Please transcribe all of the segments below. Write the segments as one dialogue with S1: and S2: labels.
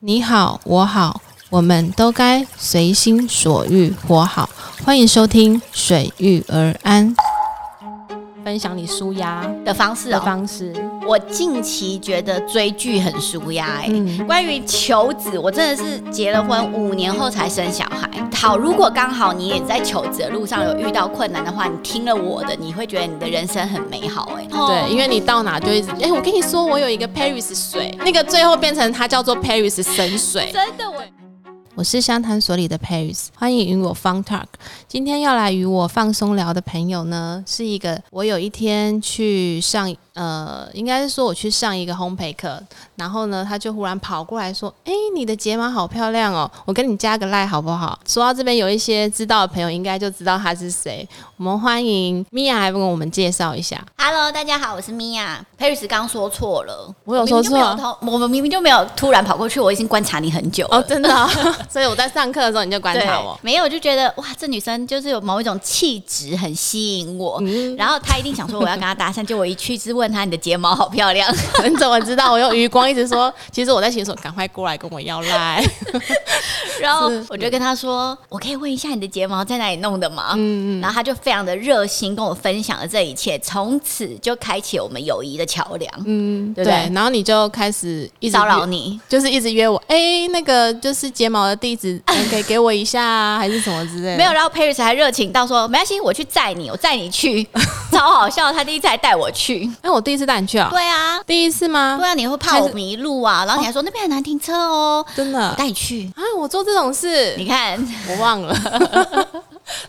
S1: 你好，我好，我们都该随心所欲活好。欢迎收听《水遇而安》，分享你舒压
S2: 的方式、
S1: 的
S2: 哦。
S1: 方式。
S2: 我近期觉得追剧很舒压哎。
S1: 嗯，
S2: 关于求子，我真的是结了婚五年后才生小孩。好，如果刚好你也在求子的路上有遇到困难的话，你听了我的，你会觉得你的人生很美好哎。
S1: 对，因
S2: 为
S1: 为你到哪就一直，哎、我跟你说，我有一个 Paris 水，那个最后变成它叫做 Paris 神水。
S2: 哦真的我
S1: 我是湘潭所里的 Paris，欢迎与我 Fun Talk。今天要来与我放松聊的朋友呢，是一个我有一天去上，呃，应该是说我去上一个烘焙课，然后呢，他就忽然跑过来说：“哎、你的睫毛好漂亮哦，我跟你加个赖好不好？”说到这边，有一些知道的朋友应该就知道他是谁。我们欢迎米娅来跟我们介绍一下。
S2: Hello，大家好，我是米娅。Paris 刚说错了，
S1: 我有说错
S2: 明明就没有偷我们明明就没有突然跑过去，我已经观察你很久了。
S1: 哦，真的哦、 所以我在上课的时候你就哦观察我
S2: 对，。没有，我就觉得哇，这女生就是有某一种气质很吸引我，
S1: 嗯
S2: 然后她一定想说我要跟她搭讪，就我一去是问她你的睫毛好漂 亮，
S1: 你怎么知道？我用余光一直说，其实我在洗手，赶快过来跟我要赖。
S2: 然后
S1: 是
S2: 我就跟她说，我可以问一下你的睫毛在哪里弄的吗？
S1: 嗯
S2: 然后她就非常的热心跟我分享了这一切，从此就开启了我们友谊的桥梁，
S1: 嗯，
S2: 对不对
S1: 然后你就开始一直
S2: 骚扰
S1: 约，
S2: 你。
S1: 就是一直约我，哎、那个就是睫毛的地 址，呃可以给我一下啊，还是什么之类的。
S2: 没有，，然后 Paris 还热情到说：“没关系，我去载你，我载 你去，超好笑。”他第一次还带我去，
S1: 那我第一次带你去啊、
S2: 对啊，
S1: 第一次吗
S2: 对？啊，你会怕
S1: 还
S2: 我
S1: 是
S2: 迷路啊，然后你还说、那边很难停车哦，
S1: 真的
S2: 我
S1: 啊，
S2: 带你去。
S1: 我做这种事
S2: 你，看，
S1: 我忘了。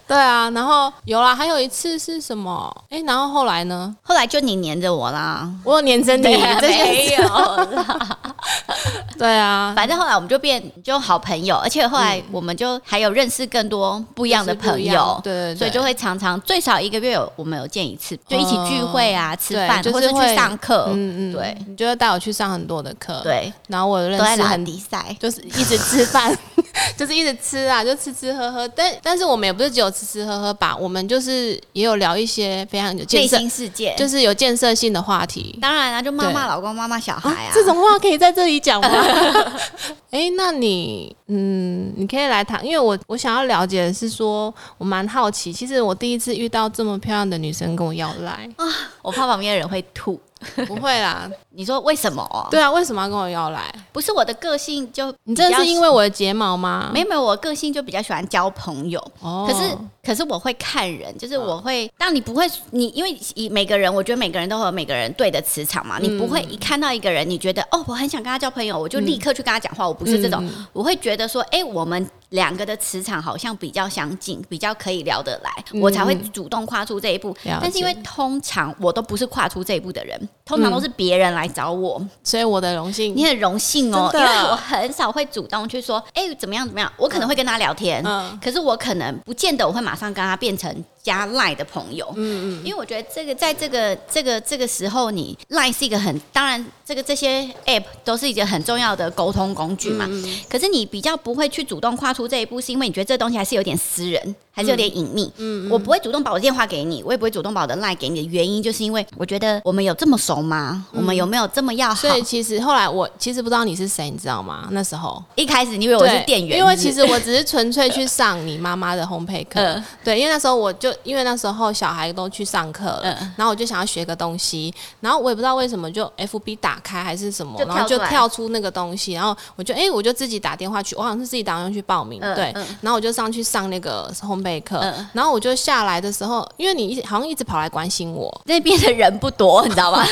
S1: 对啊，然后有啦，还有一次是什么？哎、然后后来呢？啊
S2: 后来就你黏着我啦。
S1: 我有黏着你，这
S2: 没
S1: 些
S2: 有啦，
S1: 对啊，
S2: 反正后来我们就变就好朋友，而且后来我们就还有认识更多不一样的
S1: 嗯就是不
S2: 朋
S1: 一样
S2: 友，
S1: 对对对，哦
S2: 所以就会常常最少一个月有我们有见一次，就一起聚会啊、吃
S1: 对
S2: 饭，
S1: 就是
S2: 或是
S1: 会
S2: 去上课，
S1: 嗯嗯，
S2: 对
S1: 你就会带我去上很多的课，，
S2: 对，
S1: 然后我认
S2: 都在
S1: 识
S2: 打
S1: 很
S2: 比赛。
S1: 就是一直吃饭， 就是一直吃啊，就吃吃喝喝。但但是我们也不是只有吃吃喝喝吧，我们就是也有聊一些非常有建
S2: 内
S1: 设，
S2: 心世界，
S1: 就是有建设性的话题。
S2: 当然啦、啊就妈
S1: 对
S2: 妈、老公、妈妈、小孩啊，
S1: 这种话可以在这里讲吗？ 哎、那你，嗯，你可以来谈，因为我我想要了解的是说，我蛮好奇，其实我第一次遇到这么漂亮的女生跟我要来，
S2: 我怕旁边的人会吐。
S1: 不会啦，
S2: 你说为什么？
S1: 对啊，为什么要跟我要来？
S2: 不是我的个性就比较，
S1: 你真的是因为我的睫毛吗？
S2: 没有没有，我个性就比较喜欢交朋友。
S1: 哦，嗯
S2: 可是，可是我会看人，就是我会，当你不会，你因为以每个人，我觉得每个人都会有每个人对的磁场
S1: 嗯
S2: 嘛，你不会一看到一个人，你觉得哦，我很想跟他交朋友，我就立刻去跟他讲话，我不是这
S1: 嗯
S2: 种，我会觉得说，哎、我们两个的磁场好像比较相近，比较可以聊得来，我才会主动跨出这一步。
S1: 嗯了
S2: 但是因
S1: 解
S2: 为通常我都不是跨出这一步的人，通
S1: 嗯
S2: 常都是别人来找我，
S1: 所以我的荣幸，
S2: 你很荣幸哦，因
S1: 真
S2: 为
S1: 的
S2: 我很少会主动去说，哎、怎么样怎么样，我可能会跟他聊天，
S1: 嗯
S2: 可是我可能不见得我会马上跟他变成加赖的朋友，嗯嗯，因为我觉得这个在这个这个这个时候你，赖是一个很，当然这个这些 app 都是一个很重要的沟通工具嘛，
S1: 嗯
S2: 可是你比较不会去主动跨出这一步，是因为你觉得这东西还是有点私人，还是有点隐秘，嗯，我不会主动把我的电话给你，我也不会主动把我的赖给你的原因，就是因为我觉得我们有这么熟吗？我们有没有这么要好？
S1: 嗯所以其实后来我其实不知道你是谁，你知道吗？那时候
S2: 一开始你以为我是
S1: 对
S2: 店员，
S1: 因为
S2: 是
S1: 其
S2: 不是
S1: 实我只是纯粹去上你妈妈的烘焙课。
S2: 嗯
S1: 对，因为那时候我就因为那时候小孩都去上课了，
S2: 嗯
S1: 然后我就想要学个东西，然后我也不知道为什么就 FB 打开还是什么，
S2: 就
S1: 然后
S2: 跳出
S1: 就
S2: 来
S1: 跳出那个东西，然后我就哎、我就自己打电话去，我好像是自己打电话去报名，
S2: 嗯
S1: 对
S2: 嗯，
S1: 然后我就上去上那个烘焙课，
S2: 嗯
S1: 然后我就下来的时候，因为你一直好像一直跑来关心我，
S2: 那边的人不 多，你知道吗？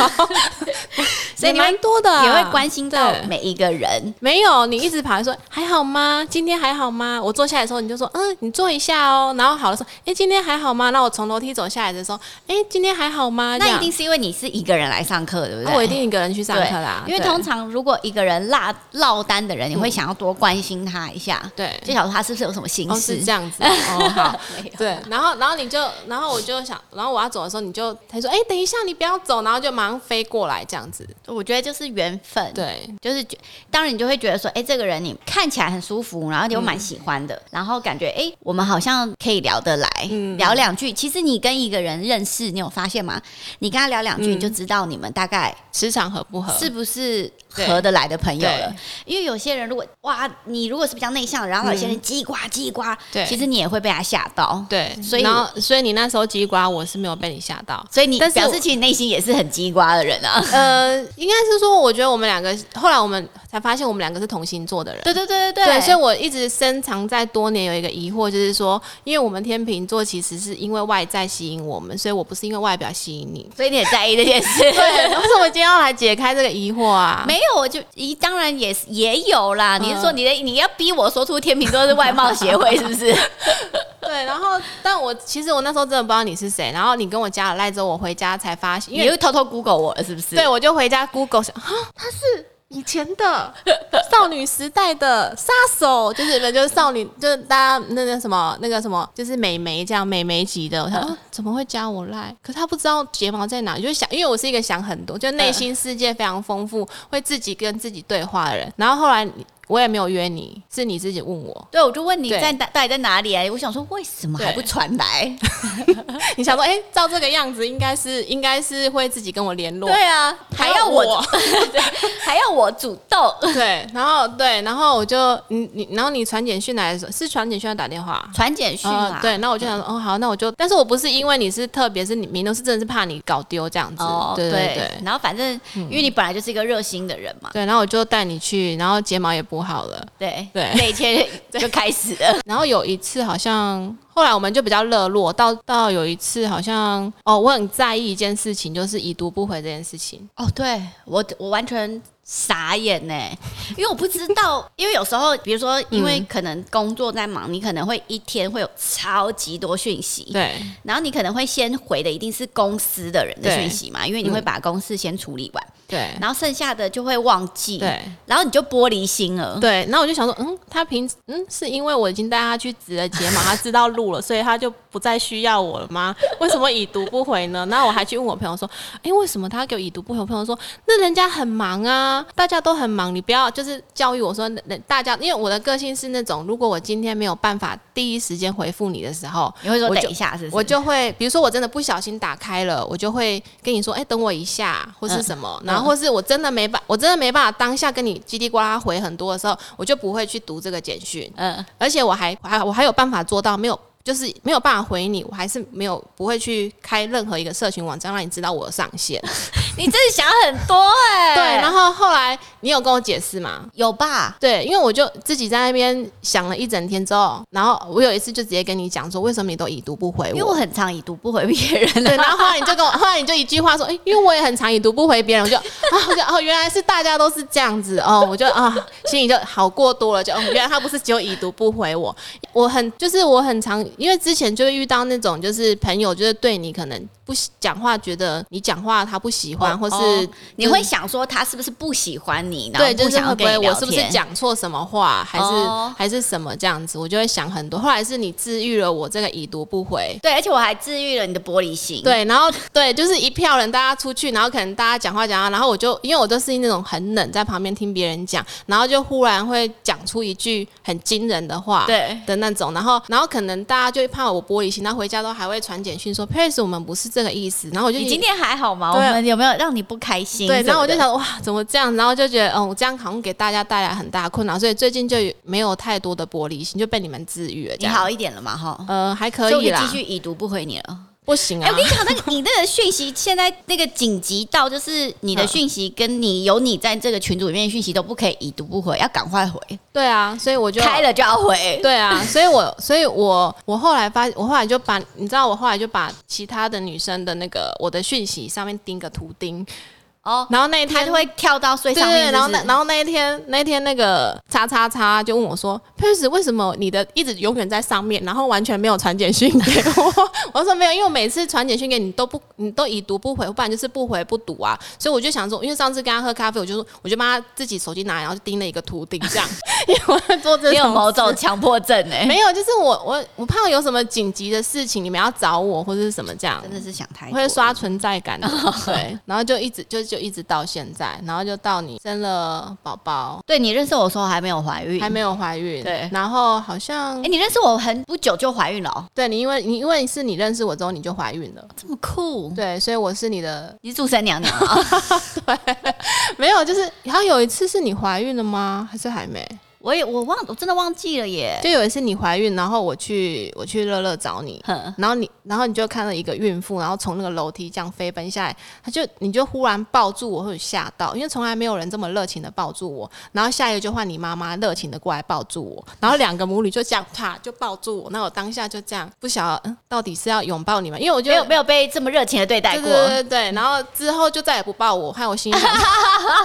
S2: 所
S1: 也
S2: 以你会
S1: 蛮多的啊、
S2: 也会关心到
S1: 对
S2: 每一个人。
S1: 没有，你一直跑来说还好吗？今天还好吗？我坐下来的时候你就说，嗯，你坐一下哦。然后好了说，哎、今天还好吗？那我从楼梯走下来的时候，哎、今天还好吗？这
S2: 那
S1: 样
S2: 一定是因为你是一个人来上课，对不
S1: 啊
S2: 对？
S1: 我一定一个人去上
S2: 对
S1: 课啦，
S2: 因为
S1: 对嗯
S2: 通常如果一个人落落单的人，你会想要多关心他一下，
S1: 对
S2: 就想说他是不是有什么心
S1: 哦
S2: 事
S1: 是？这样子哦 好。
S2: 没有
S1: 对，然后，然后你就，然后我就想，然后我要走的时候，你就他说，哎、等一下，你不要走，然后就马上飞过来这样子。
S2: 我觉得就是缘分，
S1: 对，
S2: 就是觉当然你就会觉得说，哎、这个人你看起来很舒服，然后你又蛮喜欢
S1: 嗯
S2: 的，然后感觉哎、诶我们好像可以聊得来，聊两句。其实你跟一个人认识，你有发现吗？你跟他聊两句，
S1: 嗯
S2: 你就知道你们大概
S1: 磁场合不合？
S2: 是不是
S1: 对
S2: 合得来的朋友了
S1: 呃对。嗯
S2: 因为有些人如果哇，你如果是比较内向的，然后有些人叽呱叽呱，
S1: 对
S2: 其实你也会被他吓到。
S1: 对，
S2: 所以
S1: 然后所以你那时候叽呱，我是没有被你吓到。
S2: 所以你
S1: 但是
S2: 表
S1: 我
S2: 示其实你内心也是很叽呱的人啊。
S1: 呃，应该是说，我觉得我们两个后来我们才发现，我们两个是同星座的人。
S2: 对对对对
S1: 对，所以
S2: 以
S1: 我一直深藏在多年有一个疑惑，就是说，因为我们天秤座其实是因为外在吸引我们，所以我不是因为外表吸引 你。
S2: 所以你也在意这件事。
S1: 对，但是我今天要来解开这个疑惑 啊。
S2: 没有，我就一当然也是也有啦。你是说你的你要逼我说出天秤座是外貌协会是不 是？
S1: 对，然后但我其实我那时候真的不知道你是谁，然后你跟我加了赖之后，我回家才发现，因
S2: 你
S1: 为
S2: 又偷偷 Google 我了是不是？
S1: 对我就回家 Google 想啊，他是以前 的少女时代的杀手，就是就是少女，就是大家那个什么那个什么，就是美眉这样美眉级的。我想、啊、怎么会加我赖？可他不知道睫毛在哪，就是想，因为我是一个想很多，就内心世界非常丰富，会自己跟自己对话的人。然后后来你我也没有约你，是你自己问我，
S2: 对，我就问你
S1: 对
S2: 在哪，到底在哪里、啊？我想说为什么还不
S1: 对
S2: 传来？
S1: 你想说，哎、照这个样子，应该是应该是会自己跟我联络。
S2: 对啊，还要我，
S1: 还要
S2: 对还要我主动
S1: 对，然后对，然后我就你你，然后你传简讯来的时候是传简讯还是打电话？
S2: 传简讯啊、
S1: 呃，对，那我就想说，哦，好，那我就，但是我不是因为你是特别，是你明都是真的是怕你搞丢这样子，
S2: 哦，
S1: 对
S2: 嗯
S1: 对对
S2: 然后反正、因为你本来就是一个热心的人嘛，
S1: 对，然后我就带你去，然后睫毛也补好了，
S2: 对
S1: 对
S2: 这一切就开始了。
S1: 然后有一次好像后来我们就比较热络，到到有一次好像哦，我很在意一件事情，就是已读不回这件事情，
S2: 哦，对我我完全傻眼呢，因为我不知道，因为有时候比如说，因
S1: 嗯
S2: 为可能工作在忙，你可能会一天会有超级多讯息，
S1: 对
S2: 然后你可能会先回的一定是公司的人的
S1: 对嗯
S2: 讯息嘛，因为你会把公事先处理完，
S1: 对
S2: 然后剩下的就会忘记，
S1: 对
S2: 然后你就玻璃心了。
S1: 对，然后我就想说，嗯，他平嗯是因为我已经带他去植了睫毛，他知道路了，所以他就不再需要我了吗？为什么已读不回呢？然后我还去问我朋友说，哎、为什么他给我已读不回？我朋友说，那人家很忙啊，大家都很忙，你不要就是教育我说，人大家因为我的个性是那种，如果我今天没有办法第一时间回复你的时候，
S2: 你会说
S1: 我就
S2: 等一下，是不是？
S1: 我就会，比如说我真的不小心打开了，我就会跟你说，哎、等我一下，或是什么，
S2: 嗯
S1: 然后或是我真的没办，我真的没办法当下跟你叽里呱啦回很多的时候，我就不会去读这个简讯，
S2: 嗯，
S1: 而且我还还我还有办法做到没有。就是没有办法回你，我还是没有不会去开任何一个社群网站让你知道我的上线。
S2: 你真的想很多哎、
S1: 对，然后后来你有跟我解释吗？
S2: 有吧？
S1: 对，因为我就自己在那边想了一整天之后，然后我有一次就直接跟你讲说，为什么你都已读不回
S2: 因为我很常已读不回别人、
S1: 对，
S2: 啊，
S1: 然后后来你 就跟我，后来你就一句话说，哎、因为我也很常已读不回别人，我就啊，我就哦，原来是大家都是这样子哦，我就啊，心里就好过多了，就、哦、原来他不是只有已读不回我，我很就是我很常，因为之前就遇到那种就是朋友就是对你可能不喜讲话，觉得你讲话他不喜欢，或是、
S2: 哦你会。想说他是不是不喜欢你，然
S1: 对，
S2: 后
S1: 就
S2: 不
S1: 是
S2: 想
S1: 会
S2: 要
S1: 不
S2: 跟你
S1: 会
S2: 聊
S1: 我是不是
S2: 天？
S1: 讲错什么话，还是、
S2: 哦
S1: 还是什么这样子，我就会想很多。后来是你治愈了我这个已读不回，
S2: 对，而且我还治愈了你的玻璃心。，
S1: 对，然后对，就是一票人，大家出去，然后可能大家讲话讲话，然后我就因为我都是那种很冷，在旁边听别人讲，然后就忽然会讲出一句很惊人的话，
S2: 对
S1: 的那种，然后然后可能大家就会怕我玻璃心，那回家都还会传简讯说 Paris，我们不是这个意思，然后我就
S2: 你今天还好吗？我
S1: 对
S2: 们有没有让你不开心？
S1: 对，然后我就
S2: 什么的，
S1: 想哇，怎么这样？然后就觉得，嗯，我这样好像给大家带来很大的困扰，所以最近就没有太多的玻璃心，就被你们治愈了。这样，
S2: 你好一点了嘛？哈，
S1: 呃，还可
S2: 所
S1: 以
S2: 以我
S1: 啦
S2: 就继，续已读不回你了。
S1: 不行
S2: 哎、
S1: 啊
S2: 我跟，你讲，那个你那个讯息现在那个紧急到，就是你的
S1: 嗯
S2: 讯息跟你有你在这个群组里面的讯息都不可以已读不回，要赶快回，
S1: 对啊，所以我就
S2: 开了就要回。
S1: 对啊，所以我所以我我后来发，我后来就把你知道，我后来就把其他的女生的那个我的讯息上面钉个图钉，
S2: 哦，
S1: 然后那一天
S2: 他就会跳到最
S1: 对
S2: 上
S1: 对
S2: 面
S1: 对，
S2: 是不是，
S1: 然后那然后那一天那一天那个叉叉叉就问我说 p e r 为什么你的一直永远在上面，然后完全没有传简讯给我？ 我说没有，因为我每次传简讯给你都不，你都已读不回，不然就是不回不读啊。所以我就想说，因为上次跟他喝咖啡，我就说我就帮他自己手机拿来，然后就钉了一个图钉这样，因为我在做这
S2: 你有
S1: 种
S2: 某
S1: 事
S2: 种强迫症哎、
S1: 没有，就是我我我怕有什么紧急的事情，你们要找我或者是什么这样
S2: 真，的是想太
S1: 我
S2: 多了，
S1: 会刷存在感的，对，然后就一直就就就一直到现在，然后就到你生了宝宝，
S2: 对你认识我的时候还没有怀孕，
S1: 还没有怀孕，
S2: 对
S1: 然后好像
S2: 哎、你认识我很不久就怀孕了、哦，
S1: 对你，因为你因为是你认识我之后你就怀孕了，
S2: 这么酷！
S1: 对，所以我是你的
S2: 你是祝生娘娘啊？
S1: 没有，就是好像有一次是你怀孕了吗？还是还没？
S2: 我也我忘，我真的忘记了耶。
S1: 就有一次你怀孕，然后我去我去乐乐找你，
S2: 哼，
S1: 然后你然后你就看到一个孕妇，然后从那个楼梯这样飞奔下来，她就你就忽然抱住我，会吓到，因为从来没有人这么热情的抱住我。然后下一个就换你妈妈热情的过来抱住我，然后两个母女就这样啪就抱住我，那我当下就这样不晓得、嗯、到底是要拥抱你们，因为我觉
S2: 没
S1: 得
S2: 有没有被这么热情的对待
S1: 对
S2: 过。
S1: 对对对，然后之后就再也不抱我，害我心里想，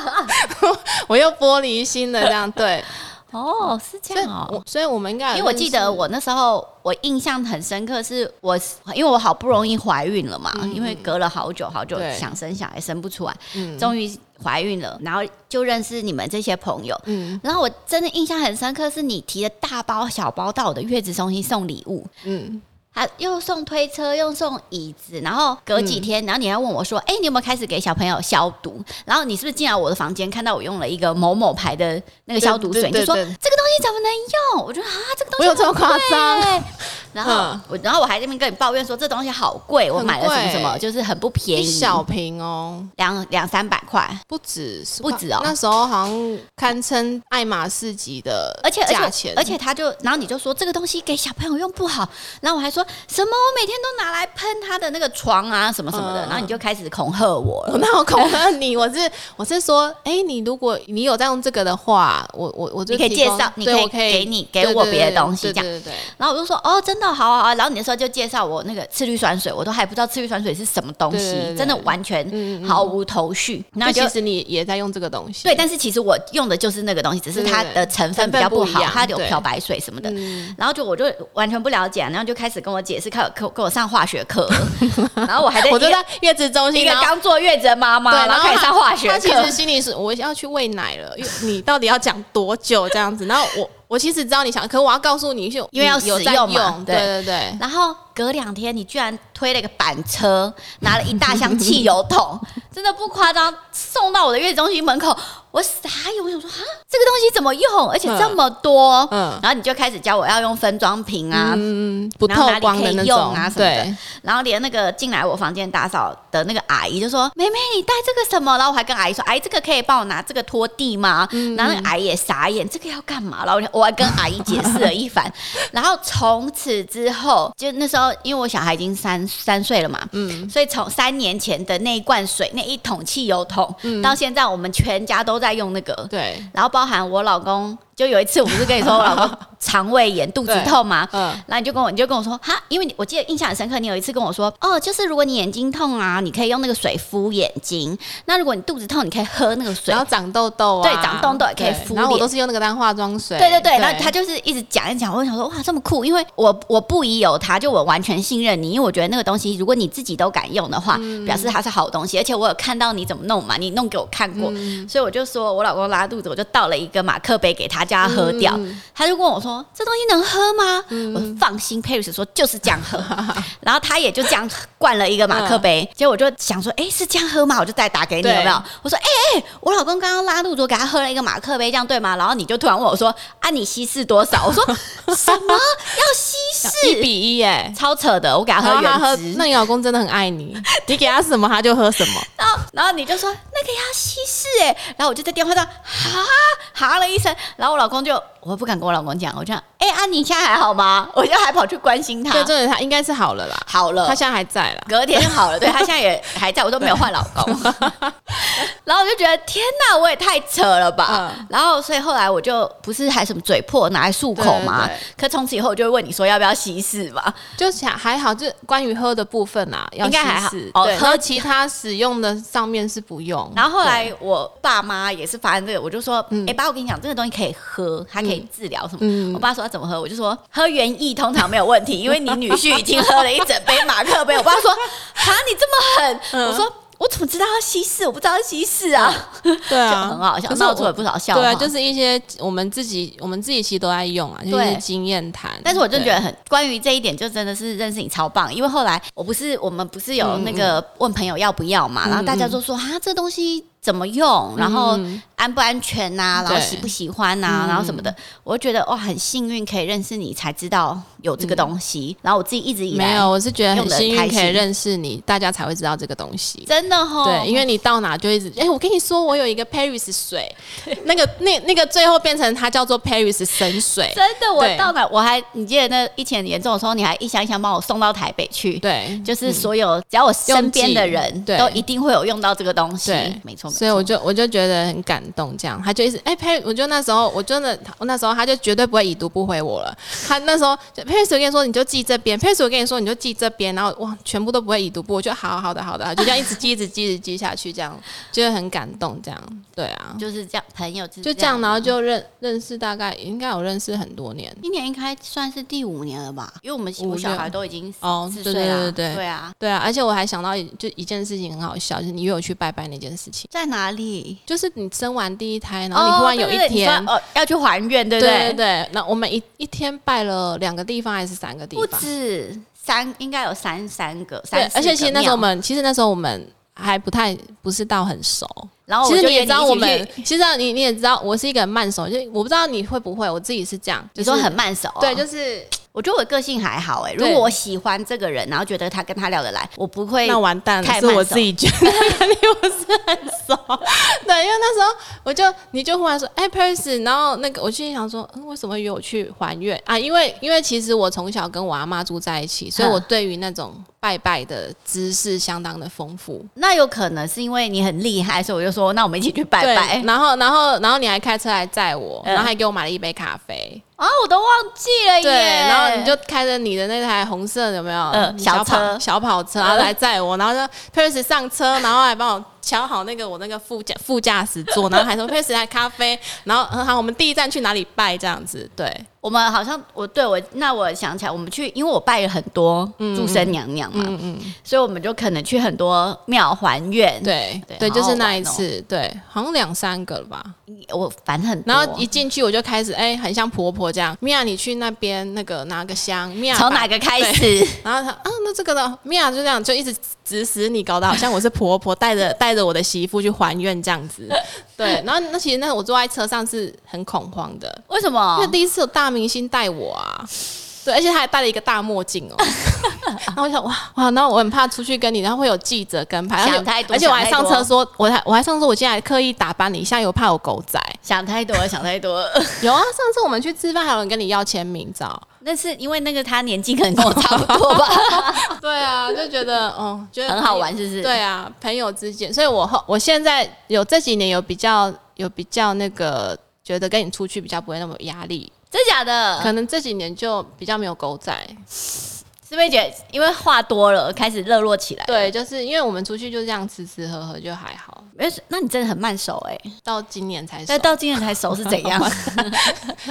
S1: 我又玻璃心了这样。对，
S2: 哦，是这
S1: 所以
S2: 样哦。
S1: 我所以我们应该有
S2: 因为我记得
S1: 认识
S2: 我那时候我印象很深刻，是我因为我好不容易怀孕了嘛，因为隔了好久好久
S1: 对
S2: 想生小孩生不出来，
S1: 嗯
S2: 终于怀孕了，然后就认识你们这些朋友。
S1: 嗯
S2: 然后我真的印象很深刻，是你提了大包小包到我的月子中心送礼物，
S1: 嗯
S2: 还又送推车，又送椅子，然后隔
S1: 嗯
S2: 几天，然后你还问我说：“哎、你有没有开始给小朋友消毒？”然后你是不是进来我的房间，看到我用了一个某某牌的那个消毒水，
S1: 对
S2: 你
S1: 对
S2: 就说这
S1: 对
S2: 个东西怎么能用？我就啊，这个东西
S1: 我有这么夸 张
S2: 很贵？然后、
S1: 嗯
S2: 我， 然后我还在那边跟你抱怨说这东西好贵，我买了什么什么，
S1: 很贵
S2: 就是很不便
S1: 一
S2: 宜，
S1: 小瓶哦，
S2: 两两三百块。
S1: 不止10
S2: 不止哦
S1: 那时候好像堪称爱马仕级的，
S2: 而且
S1: 价
S2: 而
S1: 钱
S2: 且，而且他就，然后你就说这个东西给小朋友用不好，然后我还说什么我每天都拿来喷他的那个床啊什么什么的，
S1: 嗯
S2: 然后你就开始恐吓我了
S1: 我。那我恐吓你，我是我是说，哎、你如果你有在用这个的话，我我我就
S2: 你可以
S1: 提
S2: 介
S1: 供
S2: 绍你
S1: 对
S2: 可以
S1: 我可以
S2: 给你给
S1: 对
S2: 我
S1: 对
S2: 别的
S1: 对
S2: 东西
S1: 对
S2: 这样
S1: 对对对
S2: 然后我就说哦，真的好啊好啊。然后你那时候就介绍我那个次氯酸水，我都还不知道次氯酸水是什么东西，
S1: 对对对嗯
S2: 真的完全毫无头绪。那
S1: 那
S2: 就
S1: 其实你也在用这个东西，
S2: 对，但是其实我用的就是那个东西，只是它
S1: 对对对
S2: 的成分比较
S1: 成分
S2: 好
S1: 不一，样
S2: 它有
S1: 对嗯
S2: 漂白水什么的。然后就我就完全不了解，然后就开始跟我解释，看跟我跟我上化学 课，然后我还在
S1: 我就
S2: 一个
S1: 在月子中心，
S2: 一个
S1: 然后
S2: 刚坐月子的妈妈，
S1: 对，
S2: 然后开始上化学
S1: 他
S2: 课。
S1: 其实心里是我要去喂奶了，因为你到底要讲多久这样子？然后我我其实知道你想，可我要告诉你，就
S2: 因为要
S1: 你有
S2: 使
S1: 在
S2: 用嘛
S1: 用，对对对，
S2: 然后隔两天，你居然推了个板车，拿了一大箱汽油 桶，真的不夸张，送到我的月子中心门口，我傻眼，我想说啊，这个东西怎么用？而且这么多，
S1: 嗯
S2: 然后你就开始教我要用分装瓶啊，
S1: 嗯，不
S2: 然后
S1: 透
S2: 哪里
S1: 光
S2: 可
S1: 的
S2: 以
S1: 那
S2: 用
S1: 种
S2: 啊什么的
S1: 对，
S2: 然后连那个进来我房间打扫的那个阿姨就说：“妹妹，你带这个什么？”然后我还跟阿姨说：“阿姨，这个可以帮我拿这个拖地吗？”
S1: 嗯
S2: 然后那个阿姨也傻眼，这个要干嘛？然后我我还跟阿姨解释了一番。然后从此之后，就那时候因为我小孩已经三三岁了嘛，嗯，所以从三年前的那一罐水、那一桶汽油桶，到现在我们全家都在用那个，
S1: 对，
S2: 然后包含我老公，就有一次我不是跟你说我老公肠胃炎、 肚子痛吗？
S1: 嗯
S2: 然后你就跟我，你就跟我说，哈，因为你我记得印象很深刻，你有一次跟我说，哦，就是如果你眼睛痛啊，你可以用那个水敷眼睛；那如果你肚子痛，你可以喝那个水
S1: 然。后长痘痘啊，
S2: 对长痘痘也可以
S1: 对
S2: 敷
S1: 然后我
S2: 脸
S1: 都是用那个当化妆水，
S2: 对对对，然后他就是一直讲一讲，我就想说哇这么酷，因为我我不疑有他，就我完全信任你，因为我觉得那个东西如果你自己都敢用的话，表示它是好东西，而且我有看到你怎么弄嘛，你弄给我看过，所以我就说我老公拉肚子，我就倒了一个马克杯给他，叫他喝掉，他就问我说这东西能喝吗？我说放心，Paris 说就是这样喝， 然后他也就这样灌了一个马克杯，结果我就想说，哎是这样喝吗？我就再打给你有
S1: 对
S2: 没有？我说哎哎、我老公刚刚拉肚子，我给他喝了一个马克杯，这样对吗？然后你就突然问我说：“啊，你稀释多少？” 我说：“什么要稀
S1: 一
S2: 释？
S1: 比一耶。
S2: 超扯的！”我给他
S1: 然
S2: 啊喝
S1: 后他喝
S2: 原汁，，
S1: 那你老公真的很爱 你，你给他什么他就喝什么。
S2: 然后然后你就说那个要稀释哎，然后我就在电话上哈哈了一声，然后我老公就我不敢跟我老公讲，我就讲哎、啊你现在还好吗？我就还跑去关心他呃
S1: 对，，重点他应该是好了啦，
S2: 好了
S1: 他，现在还在啦。
S2: 隔天就好了，对他现在也还在，我都没有换老 公。然后我就觉得天哪，我也太扯了吧！
S1: 嗯
S2: 然后所以后来我就不是还什么嘴破拿来漱口嘛，
S1: 对对嗯
S2: 可从此以后我就会问你说要不要稀释嘛？
S1: 就想还好，就关于喝的部分啦，要
S2: 应该还
S1: 稀
S2: 好
S1: 释
S2: 哦
S1: 对，
S2: 喝
S1: 喝其他使用的上面是不用。
S2: 然后后来我爸妈也是发现这个，我就说，哎、爸，我跟你讲，这个东西可以喝，它可以治疗什么。
S1: 嗯
S2: 我爸说要怎么喝，我就说喝原液通常没有问 题，因为你女婿已经喝了一整杯马克杯。我爸说，哈，你这么狠？我说。我怎么知道要稀释？我不知道要稀释啊，
S1: 对
S2: 就
S1: 啊，
S2: 很好笑，
S1: 可是
S2: 闹出
S1: 我
S2: 了不少笑话。
S1: 对啊，就是一些我们自己我们自己其实都在用啊，就是一些
S2: 对
S1: 经验谈。
S2: 但是我就
S1: 对
S2: 觉得很关于这一点，就真的是认识你超棒，因为后来我不是我们不是
S1: 嗯
S2: 有那个问朋友要不要嘛，然后大家都说啊这东西怎么用，然后
S1: 嗯
S2: 安不安全呐、然后
S1: 对嗯
S2: 喜不喜欢呐、然后什么的，我就觉得哇很幸运可以认识你，才知道有这个东西，然后我自己一直以来
S1: 嗯没有，我是觉得很
S2: 用得很
S1: 幸运
S2: 开
S1: 可以
S2: 心
S1: 认识你，大家才会知道这个东西。
S2: 真的哦哈，
S1: 对，因为你到哪就一直哎、我跟你说，我有一个 Paris 水，那个那那个最后变成它叫做 Paris 神水，
S2: 真的我
S1: 对
S2: 到哪我还你记得那疫情很严重的时候，你还一箱一箱帮我送到台北去。
S1: 对，
S2: 就是所有只要我身边的人
S1: 用嗯剂对
S2: 都一定会有用到这个东西，
S1: 对
S2: 没错。没
S1: 所以
S2: 错
S1: 我就我就觉得很感动，这样他就一直哎、佩，我就那时候我真的我那时候他就绝对不会已读不回我了，他那时候就佩斯我跟你说你就记这边，佩斯我跟你说你就记这边，然后哇全部都不会已读不回，我就好好的好的，好就这样一直记一直记一直记下去，这样就是很感动，这样对啊，
S2: 就是这样，朋友就
S1: 就这样，然后就认认识大概应该有认识很多年，
S2: 今年应该算是第五年了吧？因为我们
S1: 五
S2: 我小
S1: 六
S2: 孩都已经
S1: 哦
S2: 四
S1: 对
S2: 岁
S1: 对
S2: 了，
S1: 对对
S2: 啊，
S1: 对啊，而且我还想到一就一件事情很好笑，就是你约我去拜拜那件事情，
S2: 在哪里？
S1: 就是你生完第一胎，然后你忽然有一天。
S2: 哦对对对你说哦要去还愿，对不
S1: 对对，那我们一一天拜了两个地方还是三个地
S2: 不
S1: 方？
S2: 止三，应该有三三个，
S1: 对
S2: 三，四
S1: 而且其实那时候我
S2: 个庙
S1: 们，其实那时候我们还不太不是到很熟。
S2: 然后
S1: 其
S2: 哦我
S1: 实
S2: 就
S1: 你也知道我们
S2: 约，
S1: 其实你你也知道，我是一个很慢熟，就我不知道你会不会，我自己是这样，
S2: 你去，你
S1: 就是
S2: 说很慢熟哦，
S1: 对，就是
S2: 我觉得我个性还好哎，如
S1: 对
S2: 果我喜欢这个人，然后觉得他跟他聊得来，我不会
S1: 那完蛋了，
S2: 哎太
S1: 是
S2: 慢
S1: 我
S2: 熟
S1: 自己觉得你不是很熟。 对，因为那时候我就你就忽然说，哎、p e r c y 然后那个我心里想说，嗯，为什么约我去还愿啊？因为因为其实我从小跟我阿妈住在一起，所以
S2: 嗯
S1: 我对于那种拜拜的知识相当的丰富。
S2: 那有可能是因为你很厉害，所以我就说那我们一起去拜拜
S1: 对，然后然后然后你还开车来载我，
S2: 嗯
S1: 然后还给我买了一杯咖啡，
S2: 啊！我都忘记哎了
S1: 对，
S2: 耶，
S1: 然后你就开着你的那台红色的有没有、
S2: 嗯小
S1: 小
S2: 车
S1: 跑小跑车，然后来载 我，然后就 Paris 上车，然后还帮我瞧好那个我那个副驾副驾驶座，然后还说 Paris 来咖啡，然后嗯好，我们第一站去哪里拜这样子，对，
S2: 我们好像我对我那我想起来，我们去，因为我拜了很多祝生娘娘嘛，所以我们就可能去很多庙还愿。，
S1: 对
S2: 嗯对
S1: 对，
S2: 好
S1: 就是
S2: 好
S1: 那
S2: 玩
S1: 一
S2: 哦
S1: 次，对，好像两三个了吧，
S2: 我反正很多
S1: 然后一进去我就开始哎、很像婆婆这样，米娅你去那边那个拿个香，米娅
S2: 从
S1: 把
S2: 哪个开
S1: 对
S2: 始？
S1: 然后他啊，那这个呢，米娅就这样就一直指使你，搞得好像我是婆 婆，带着带着我的媳妇去还愿这样子。对，然后那其实那我坐在车上是很恐慌的，
S2: 为什
S1: 因
S2: 么
S1: 为？第一次有大明星带我啊，对，而且他还戴了一个大墨 镜哦。然后我想哇哇，然后我很怕出去跟你，然后会有记者跟拍，
S2: 想
S1: 而且
S2: 太多
S1: 而且我还
S2: 想太
S1: 上
S2: 多
S1: 车说，我还我还上车，我竟然还刻意打扮你一下，又怕我狗仔。
S2: 想太多了，想太多 了。
S1: 有啊，上次我们去吃饭，还有人跟你要签名照。
S2: 那是因为那个他年纪可能跟我差不多 吧，
S1: 对啊，就觉得哦，觉得
S2: 很好玩，是不是？
S1: 对啊，朋友之间，所以我后我现在有这几年有比较有比较那个，觉得跟你出去比较不会那么有压力，
S2: 真假的？
S1: 可能这几年就比较没有狗仔。
S2: 是不是觉得因为话多了，开始热络起来？
S1: 对，就是因为我们出去就这样吃吃喝喝就还好，
S2: 没事，那你真的很慢熟哎、
S1: 到今年才熟
S2: 但到今年才熟是怎样？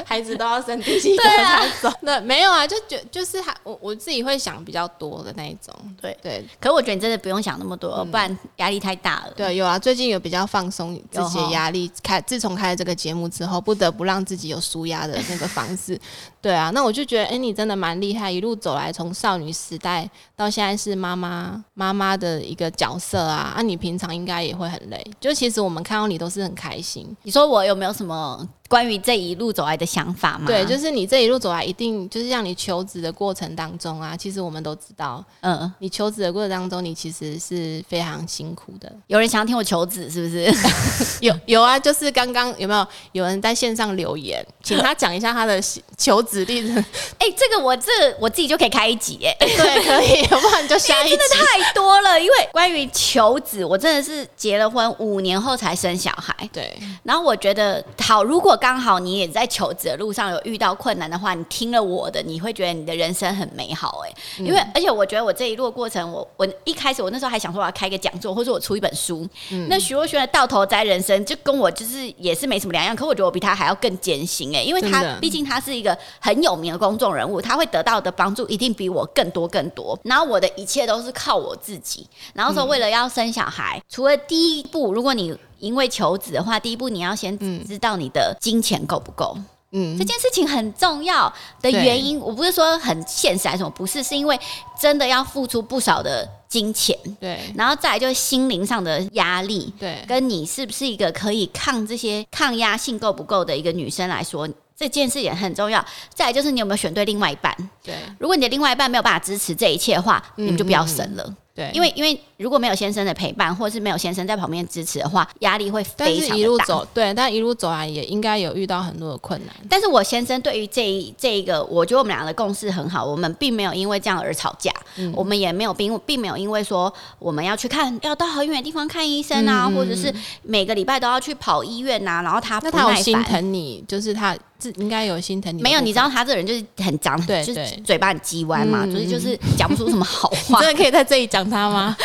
S1: 孩子都要生第几个
S2: 对啊
S1: 才熟。那、没有啊， 就觉就是还我我自己会想比较多的那一种。
S2: 对嗯
S1: 对
S2: 可我觉得你真的不用想那么多，不然压力太大了。
S1: 对，有啊，最近有比较放松自己
S2: 有
S1: 的
S2: 吼
S1: 压力。开自从开了这个节目之后，不得不让自己有舒压的那个方式。 对啊，那我就觉得，哎、你真的蛮厉害，一路走来，从少女时代到现在是妈妈妈妈的一个角色啊。啊，你平常应该也会很累，就其实我们看到你都是很开心。
S2: 你说我有没有什么关于这一路走来的想法吗？
S1: 对，就是你这一路走来，一定就是让你求职的过程当中啊，其实我们都知道，
S2: 嗯，
S1: 你求职的过程当中，你其实是非常辛苦的。
S2: 有人想要听我求子是不 是？
S1: 有有啊，就是刚刚有没有有人在线上留 言，请他讲一下他的求职历程？
S2: 哎、这个我这个我自己就可以开一集哎、
S1: 对，可 以，要不然就下一集
S2: 真的。太多了，因为关于求子，我真的是结了婚五年后才生小孩，
S1: 对
S2: 然后我觉得好，如果刚好你也在求职的路上有遇到困难的话，你听了我的，你会觉得你的人生很美好哎、因
S1: 嗯
S2: 为而且我觉得我这一路的过程，我我一开始我那时候还想说我要开个讲座，或者我出一本书。
S1: 嗯
S2: 那徐若瑄的《到头栽人生》就跟我就是也是没什么两样，可我觉得我比她还要更艰辛哎、因为
S1: 真
S2: 她
S1: 的
S2: 毕竟她是一个很有名的公众人物，她会得到的帮助一定比我更多更多。然后我的一切都是靠我自己。然后说
S1: 嗯
S2: 为了要生小孩，除了第一步，如果你因为求子的话，第一步你要先知道你的金钱够不够。
S1: 嗯
S2: 这，件事情很重要的原因，我不是说很现实还是什么，不是，是因为真的要付出不少的金钱，
S1: 嗯对
S2: 然后再来就是心灵上的压力，
S1: 对，
S2: 跟你是不是一个可以抗这些抗压性够不够的一个女生来说，这件事也很重要。再来就是你有没有选对另外一半，
S1: 对
S2: 如果你的另外一半没有办法支持这一切的话，
S1: 嗯
S2: 你们就不要生了，
S1: 对，
S2: 因为因为如果没有先生的陪伴，或是没有先生在旁边支持的话，压力会
S1: 但
S2: 非常
S1: 是
S2: 的
S1: 一路
S2: 大。
S1: 走，对，但一路走来也应该有遇到很多的困难。
S2: 但是我先生对于这一这一个，我觉得我们俩的共识很好，我们并没有因为这样而吵架，
S1: 嗯
S2: 我们也没有并并没有因为说我们要去看要到很远的地方看医生啊，或者是每个礼拜都要去跑医院呐、啊，然后他不
S1: 嗯那他有
S2: 耐
S1: 心
S2: 烦。
S1: 疼你，就是他自应该有心疼你的部分。
S2: 没有，你知道他这个人就是很长，
S1: 对
S2: 就是
S1: 对
S2: 嘴巴很叽歪嘛，
S1: 嗯
S2: 所以
S1: 嗯
S2: 就是讲不出什么好话
S1: 你， 真的可以在这里讲他 吗？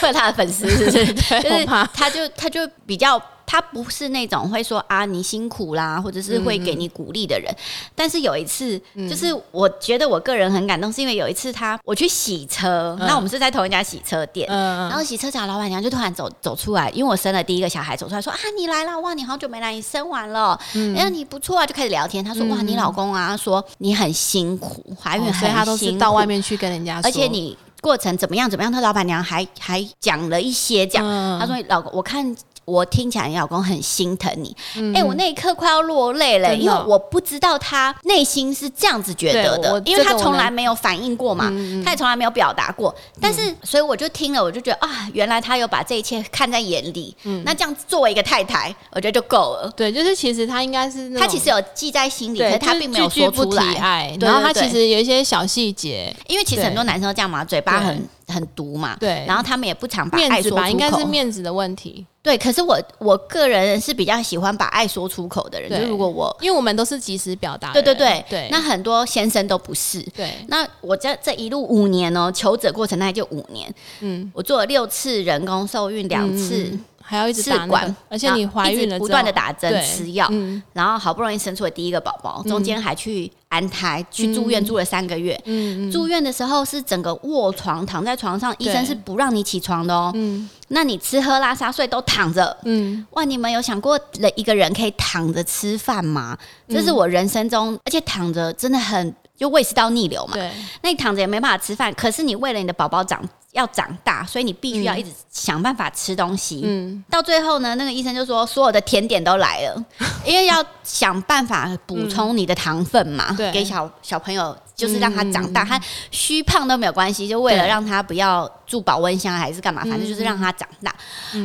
S2: 会有他的粉丝是 不是？就
S1: 我
S2: 是
S1: 怕
S2: 他就他就比较。他不是那种会说啊你辛苦啦，或者是会给你鼓励的人。
S1: 嗯
S2: 但是有一次，就是我觉得我个人很感动，是因为有一次他我去洗车，
S1: 嗯
S2: 那我们是在同一家洗车店，
S1: 嗯，
S2: 然后洗车场老板娘就突然走走出来，因为我生了第一个小孩，走出来说啊你来啦，哇你好久没来，你生完了，
S1: 嗯
S2: 哎呀你不错啊，就开始聊天。他说哇你老公啊，说你很辛苦，怀孕
S1: 哦
S2: 嗯很辛苦，
S1: 所以他都是到外面去跟人家说，
S2: 而且你过程怎么样怎么样，他老板娘还还讲了一些这样，
S1: 嗯
S2: 她说老公，我看我听起来你老公很心疼你，哎、我那一刻快要落泪了，
S1: 嗯真的
S2: 因为我不知道他内心是这样子觉得
S1: 对我
S2: 的，因为
S1: 这
S2: 他
S1: 个我
S2: 从来
S1: 能
S2: 没有反应过嘛，他也从来没有表达过，
S1: 嗯
S2: 但是所以我就听了，我就觉得啊，原来他有把这一切看在眼里，
S1: 嗯
S2: 那这样子作为一个太太，我觉得就够了。
S1: 对，就是其实他应该是那
S2: 他
S1: 种
S2: 其实有记在心里，可
S1: 对，
S2: 是他
S1: 就是
S2: 并没有
S1: 句句
S2: 说
S1: 不
S2: 出
S1: 提
S2: 来。
S1: 爱，
S2: 对
S1: 然后
S2: 对
S1: 他
S2: 对
S1: 其实有一些小细节，
S2: 因为其实
S1: 对
S2: 很多男生都这样嘛，嘴巴
S1: 对
S2: 很很毒嘛，
S1: 对
S2: 然后他们也不常把爱
S1: 面
S2: 说
S1: 子
S2: 出口，
S1: 吧，应该是面子的问题，
S2: 对。可是我我个人是比较喜欢把爱说出口的人，
S1: 对
S2: 就如果我
S1: 因为我们都是及时表达的
S2: 对对
S1: 人，
S2: 对
S1: 对，
S2: 那很多先生都不是。
S1: 对，
S2: 那我这这一路五年哦、求职过程大概就五年，
S1: 嗯，
S2: 我做了六次人工受孕，两次
S1: 嗯还要一直
S2: 试
S1: 打那
S2: 管
S1: 个，，而且你
S2: 然后
S1: 怀
S2: 一直
S1: 孕了
S2: 不
S1: 之
S2: 断
S1: 后
S2: 的打针
S1: 对
S2: 吃药，
S1: 嗯
S2: 然后好不容易生出了第一个宝宝，中间还去安胎，去住院住了三个月。
S1: 嗯嗯
S2: 住院的时候是整个卧床，躺在床上，医
S1: 对
S2: 生是不让你起床的哦。
S1: 嗯
S2: 那你吃喝拉撒睡都躺着。
S1: 嗯，
S2: 哇，你们有想过了一个人可以躺着吃饭吗？
S1: 嗯
S2: 这是我人生中，而且躺着真的很就胃食道逆流嘛。
S1: 对，
S2: 那你躺着也没办法吃饭，可是你为了你的宝宝长要长大，所以你必须要一直想办法吃东西。
S1: 嗯
S2: 到最后呢，那个医生就说所有的甜点都来了， 因为要想办法补充你的糖分嘛，
S1: 嗯对嗯
S2: 给小小朋友就是让他长大，他虚胖都没有关系，就为了
S1: 对
S2: 让他不要住保温箱还是干嘛，
S1: 嗯
S2: 反正就是让他长大。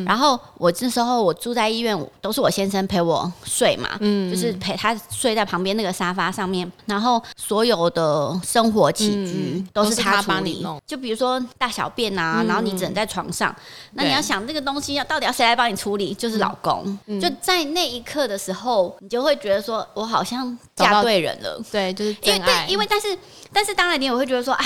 S2: 然后我这时候我住在医院，都是我先生陪我睡嘛，
S1: 嗯，
S2: 就是陪他睡在旁边那个沙发上面，然后所有的生活起
S1: 嗯
S2: 居
S1: 嗯
S2: 都
S1: 都
S2: 是
S1: 是
S2: 他
S1: 他
S2: 处
S1: 帮你
S2: 理
S1: 弄。嗯
S2: 就比如说大小便啊，然后你只能在床上，那你要想这个东西要到底要谁来帮你处理，
S1: 嗯
S2: 就是老公。就在那一刻的时候，你就会觉得说我好像
S1: 找到
S2: 嫁对人了，
S1: 对，就是
S2: 因
S1: 真
S2: 为
S1: 爱，嗯
S2: 对，因为但是但是当然你也会觉得说啊。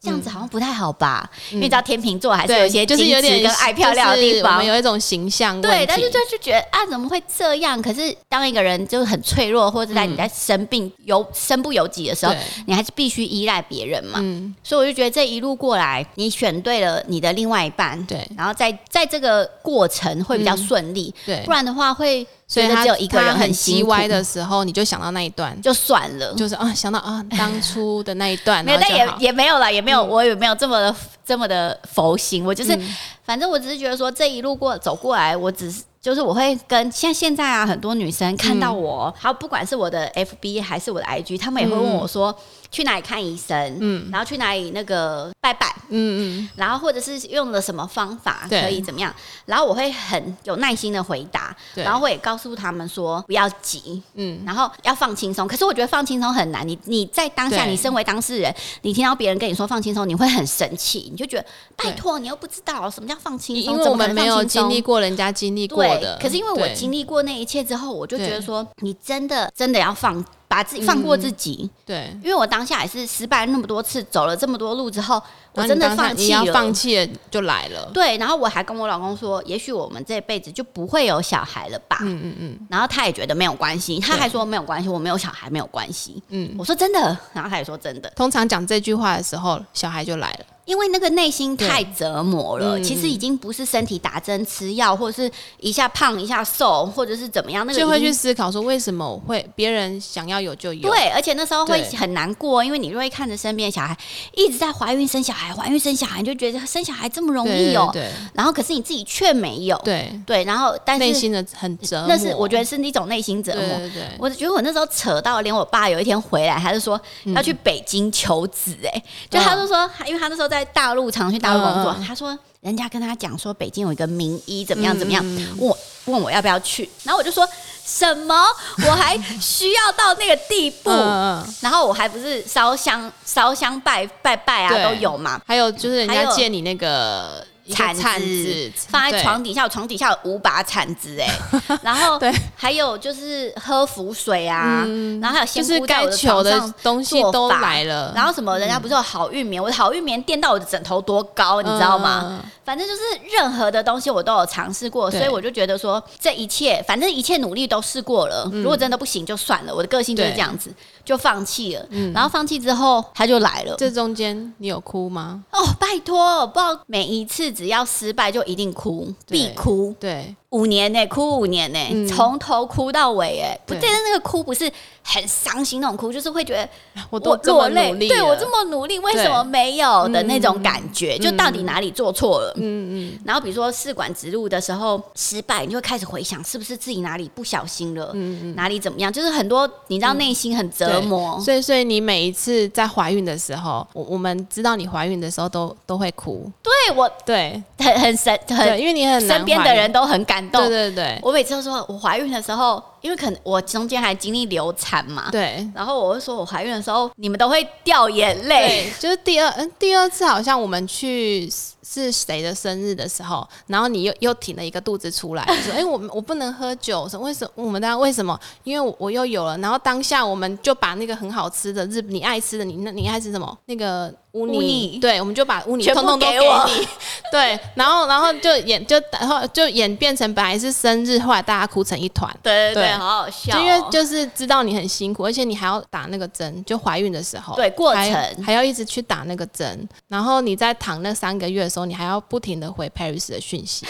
S2: 这样子好像不太好吧，因为你知道天秤座还是有一些
S1: 就是有
S2: 矜持
S1: 点
S2: 跟爱漂亮的
S1: 就是
S2: 地方，
S1: 我们有一种形象问
S2: 对，但是
S1: 题
S2: 就就觉得啊，怎么会这样？可是当一个人就是很脆弱，或者在你在生病、由身不由己的时候
S1: 对，
S2: 你还是必须依赖别人嘛。
S1: 嗯，
S2: 所以我就觉得这一路过来，你选对了你的另外一半，
S1: 对嗯
S2: 然后在在这个过程会比较顺利，
S1: 对
S2: 不，然的话会
S1: 所以
S2: 觉得
S1: 他
S2: 只有一个
S1: 他
S2: 人
S1: 很
S2: 辛
S1: 叽
S2: 苦
S1: 歪的时候，你就想到那一段，
S2: 就算了。
S1: 就是啊，想到啊当初的那一段，
S2: 没有，
S1: 然后
S2: 但
S1: 就
S2: 也
S1: 好嗯
S2: 也没有了，也没有，我也没有这么的这么的佛心。我就是，反正我只是觉得说，这一路过走过来，我只是就是我会跟像现在啊，很多女生看
S1: 嗯
S2: 到我，还有不管是我的 FB 还是我的 IG，他们也会问我
S1: 嗯
S2: 说、去哪里看医生，嗯，然后去哪里那个拜拜，
S1: 嗯嗯
S2: 然后或者是用了什么方法
S1: 对
S2: 可以怎么样，然后我会很有耐心的回答，
S1: 对
S2: 然后我也告诉他们说不要急，
S1: 嗯，
S2: 然后要放轻松。可是我觉得放轻松很难，你你在当下，
S1: 对
S2: 你身为当事人，你听到别人跟你说放轻松，你会很生气，你就觉得拜托，你又不知道什么叫放轻
S1: 因
S2: 松，
S1: 为我
S2: 怎么可
S1: 们
S2: 能
S1: 没有
S2: 放轻
S1: 经
S2: 松
S1: 历过人家经历过的。
S2: 可是因为我
S1: 对
S2: 经历过那一切之后，我就觉得
S1: 对嗯
S2: 说，你真的真的要放把自己放过自己，
S1: 对，
S2: 因为我当下也是失败了那么多次，走了这么多路之后，我
S1: 然后你
S2: 真
S1: 当
S2: 的
S1: 下
S2: 放
S1: 你
S2: 弃
S1: 要
S2: 了。
S1: 放弃了就来了。
S2: 对，然后我还跟我老公说，也许我们这辈子就不会有小孩了吧。
S1: 嗯嗯嗯
S2: 然后他也觉得没有关系，他还说没有关系，我没有小孩没有关系。
S1: 嗯。
S2: 我说真的，然后他也说真的，
S1: 通常讲这句话的时候，小孩就来了。
S2: 因为那个内心太折磨了。
S1: 对嗯
S2: 其实已经不是身体打针吃药，或者是一下胖一下瘦，或者是怎么样，那个
S1: 就会
S2: 已经
S1: 去思考说，为什么我会别人想要有就有？，
S2: 对，而且那时候会
S1: 对
S2: 很难过，因为你就会看着身边的小孩一直在怀孕生小孩，怀孕生小孩，你就觉得生小孩这么容易哦，
S1: 对
S2: 然后可是你自己却没有，
S1: 对
S2: 对然后但
S1: 对，内
S2: 是
S1: 心的很折磨。
S2: 那是我觉得是一种内心折
S1: 对
S2: 磨。
S1: 对对，
S2: 我觉得我那时候扯到，连我爸有一天回来，他就说
S1: 嗯
S2: 要去北京求子、哎、就他就说，因为他那时候在大陆，常去大陆工作，
S1: 嗯嗯
S2: 他说人家跟他讲说北京有一个名医怎么样怎么样，
S1: 嗯
S2: 问我问我要不要去，然后我就说什么，我还需要到那个地步，
S1: 嗯嗯
S2: 然后我还不是烧香烧香拜拜拜
S1: 对
S2: 啊都有嘛，
S1: 还有就是人
S2: 还
S1: 家
S2: 有
S1: 借你那个一个
S2: 铲
S1: 铲
S2: 子
S1: 子
S2: 放在
S1: 对
S2: 床底下，我床底下有五把铲子 哎，然后
S1: 对
S2: 还有就是喝符水啊，
S1: 嗯
S2: 然后还有
S1: 就
S2: 仙
S1: 是
S2: 姑在
S1: 该
S2: 我的
S1: 求
S2: 床
S1: 的
S2: 上。
S1: 东西
S2: 做
S1: 都
S2: 法
S1: 来了，
S2: 然后什么，人家不是有好运棉？我的好运棉垫到我的枕头多高，你知道吗？
S1: 嗯？
S2: 反正就是任何的东西我都有尝试过，
S1: 对
S2: 所以我就觉得说，这一切反正一切努力都试过了，如果真的不行就算了。我的个性就是
S1: 嗯对嗯
S2: 这样子，就放弃了。然后放弃之后，他就来了。
S1: 这中间你有哭吗？
S2: 哦，拜托，不知道每一次只要失败就一定哭，
S1: 对
S2: 必哭，
S1: 对，
S2: 五年呢、哭五年呢、
S1: 嗯
S2: 从、头哭到尾哎、不
S1: 对
S2: 对，但是那个哭不是很伤心那种哭，就是会觉得
S1: 我
S2: 我
S1: 都这么
S2: 落
S1: 努
S2: 泪，
S1: 力，
S2: 对我这，么努力，为什么没有的那种感觉，就到底哪里做错了？
S1: 嗯嗯
S2: 然后比如说试管植入的时候失败，你就会开始回想是不是自己哪里不小心了，
S1: 嗯
S2: 哪里怎么样，就是很多你知道内心很折磨
S1: 嗯，，所以所以你每一次在怀孕的时候，我我们知道你怀孕的时候都都会哭，
S2: 对我
S1: 对
S2: 很很神
S1: 对，
S2: 很
S1: 因为你很难
S2: 身边
S1: 怀
S2: 的
S1: 孕
S2: 人，都很感动
S1: 对，对对
S2: 我每次都说，我怀孕的时候，因为可能我中间还经历流产嘛，
S1: 对。
S2: 然后我会说我怀孕的时候，你们都会掉眼泪。
S1: 对，就是第二，嗯，第二次好像我们去是是谁的生日的时候，然后你又又挺了一个肚子出来，就说：“哎、 我我不能喝酒，我说为什么？我们大家为什么？因为我我又有了。”然后当下我们就把那个很好吃的日你爱吃的，你那你爱吃什么？那个乌
S2: 乌
S1: 泥，
S2: 泥
S1: 对，我们就把乌泥
S2: 全
S1: 通
S2: 部
S1: 通都
S2: 给
S1: 给
S2: 我
S1: 你， 对，然后然后就演就然后就演变成本来是生日，后来大家哭成一团。
S2: 对对对，
S1: 对
S2: 好好笑
S1: 就
S2: 哦、
S1: 因为就是知道你很辛苦，而且你还要打那个针，就怀孕的时候，
S2: 对过程
S1: 还还要一直去打那个针，然后你在躺那三个月的时候，你还要不停的回 Paris 的讯 息，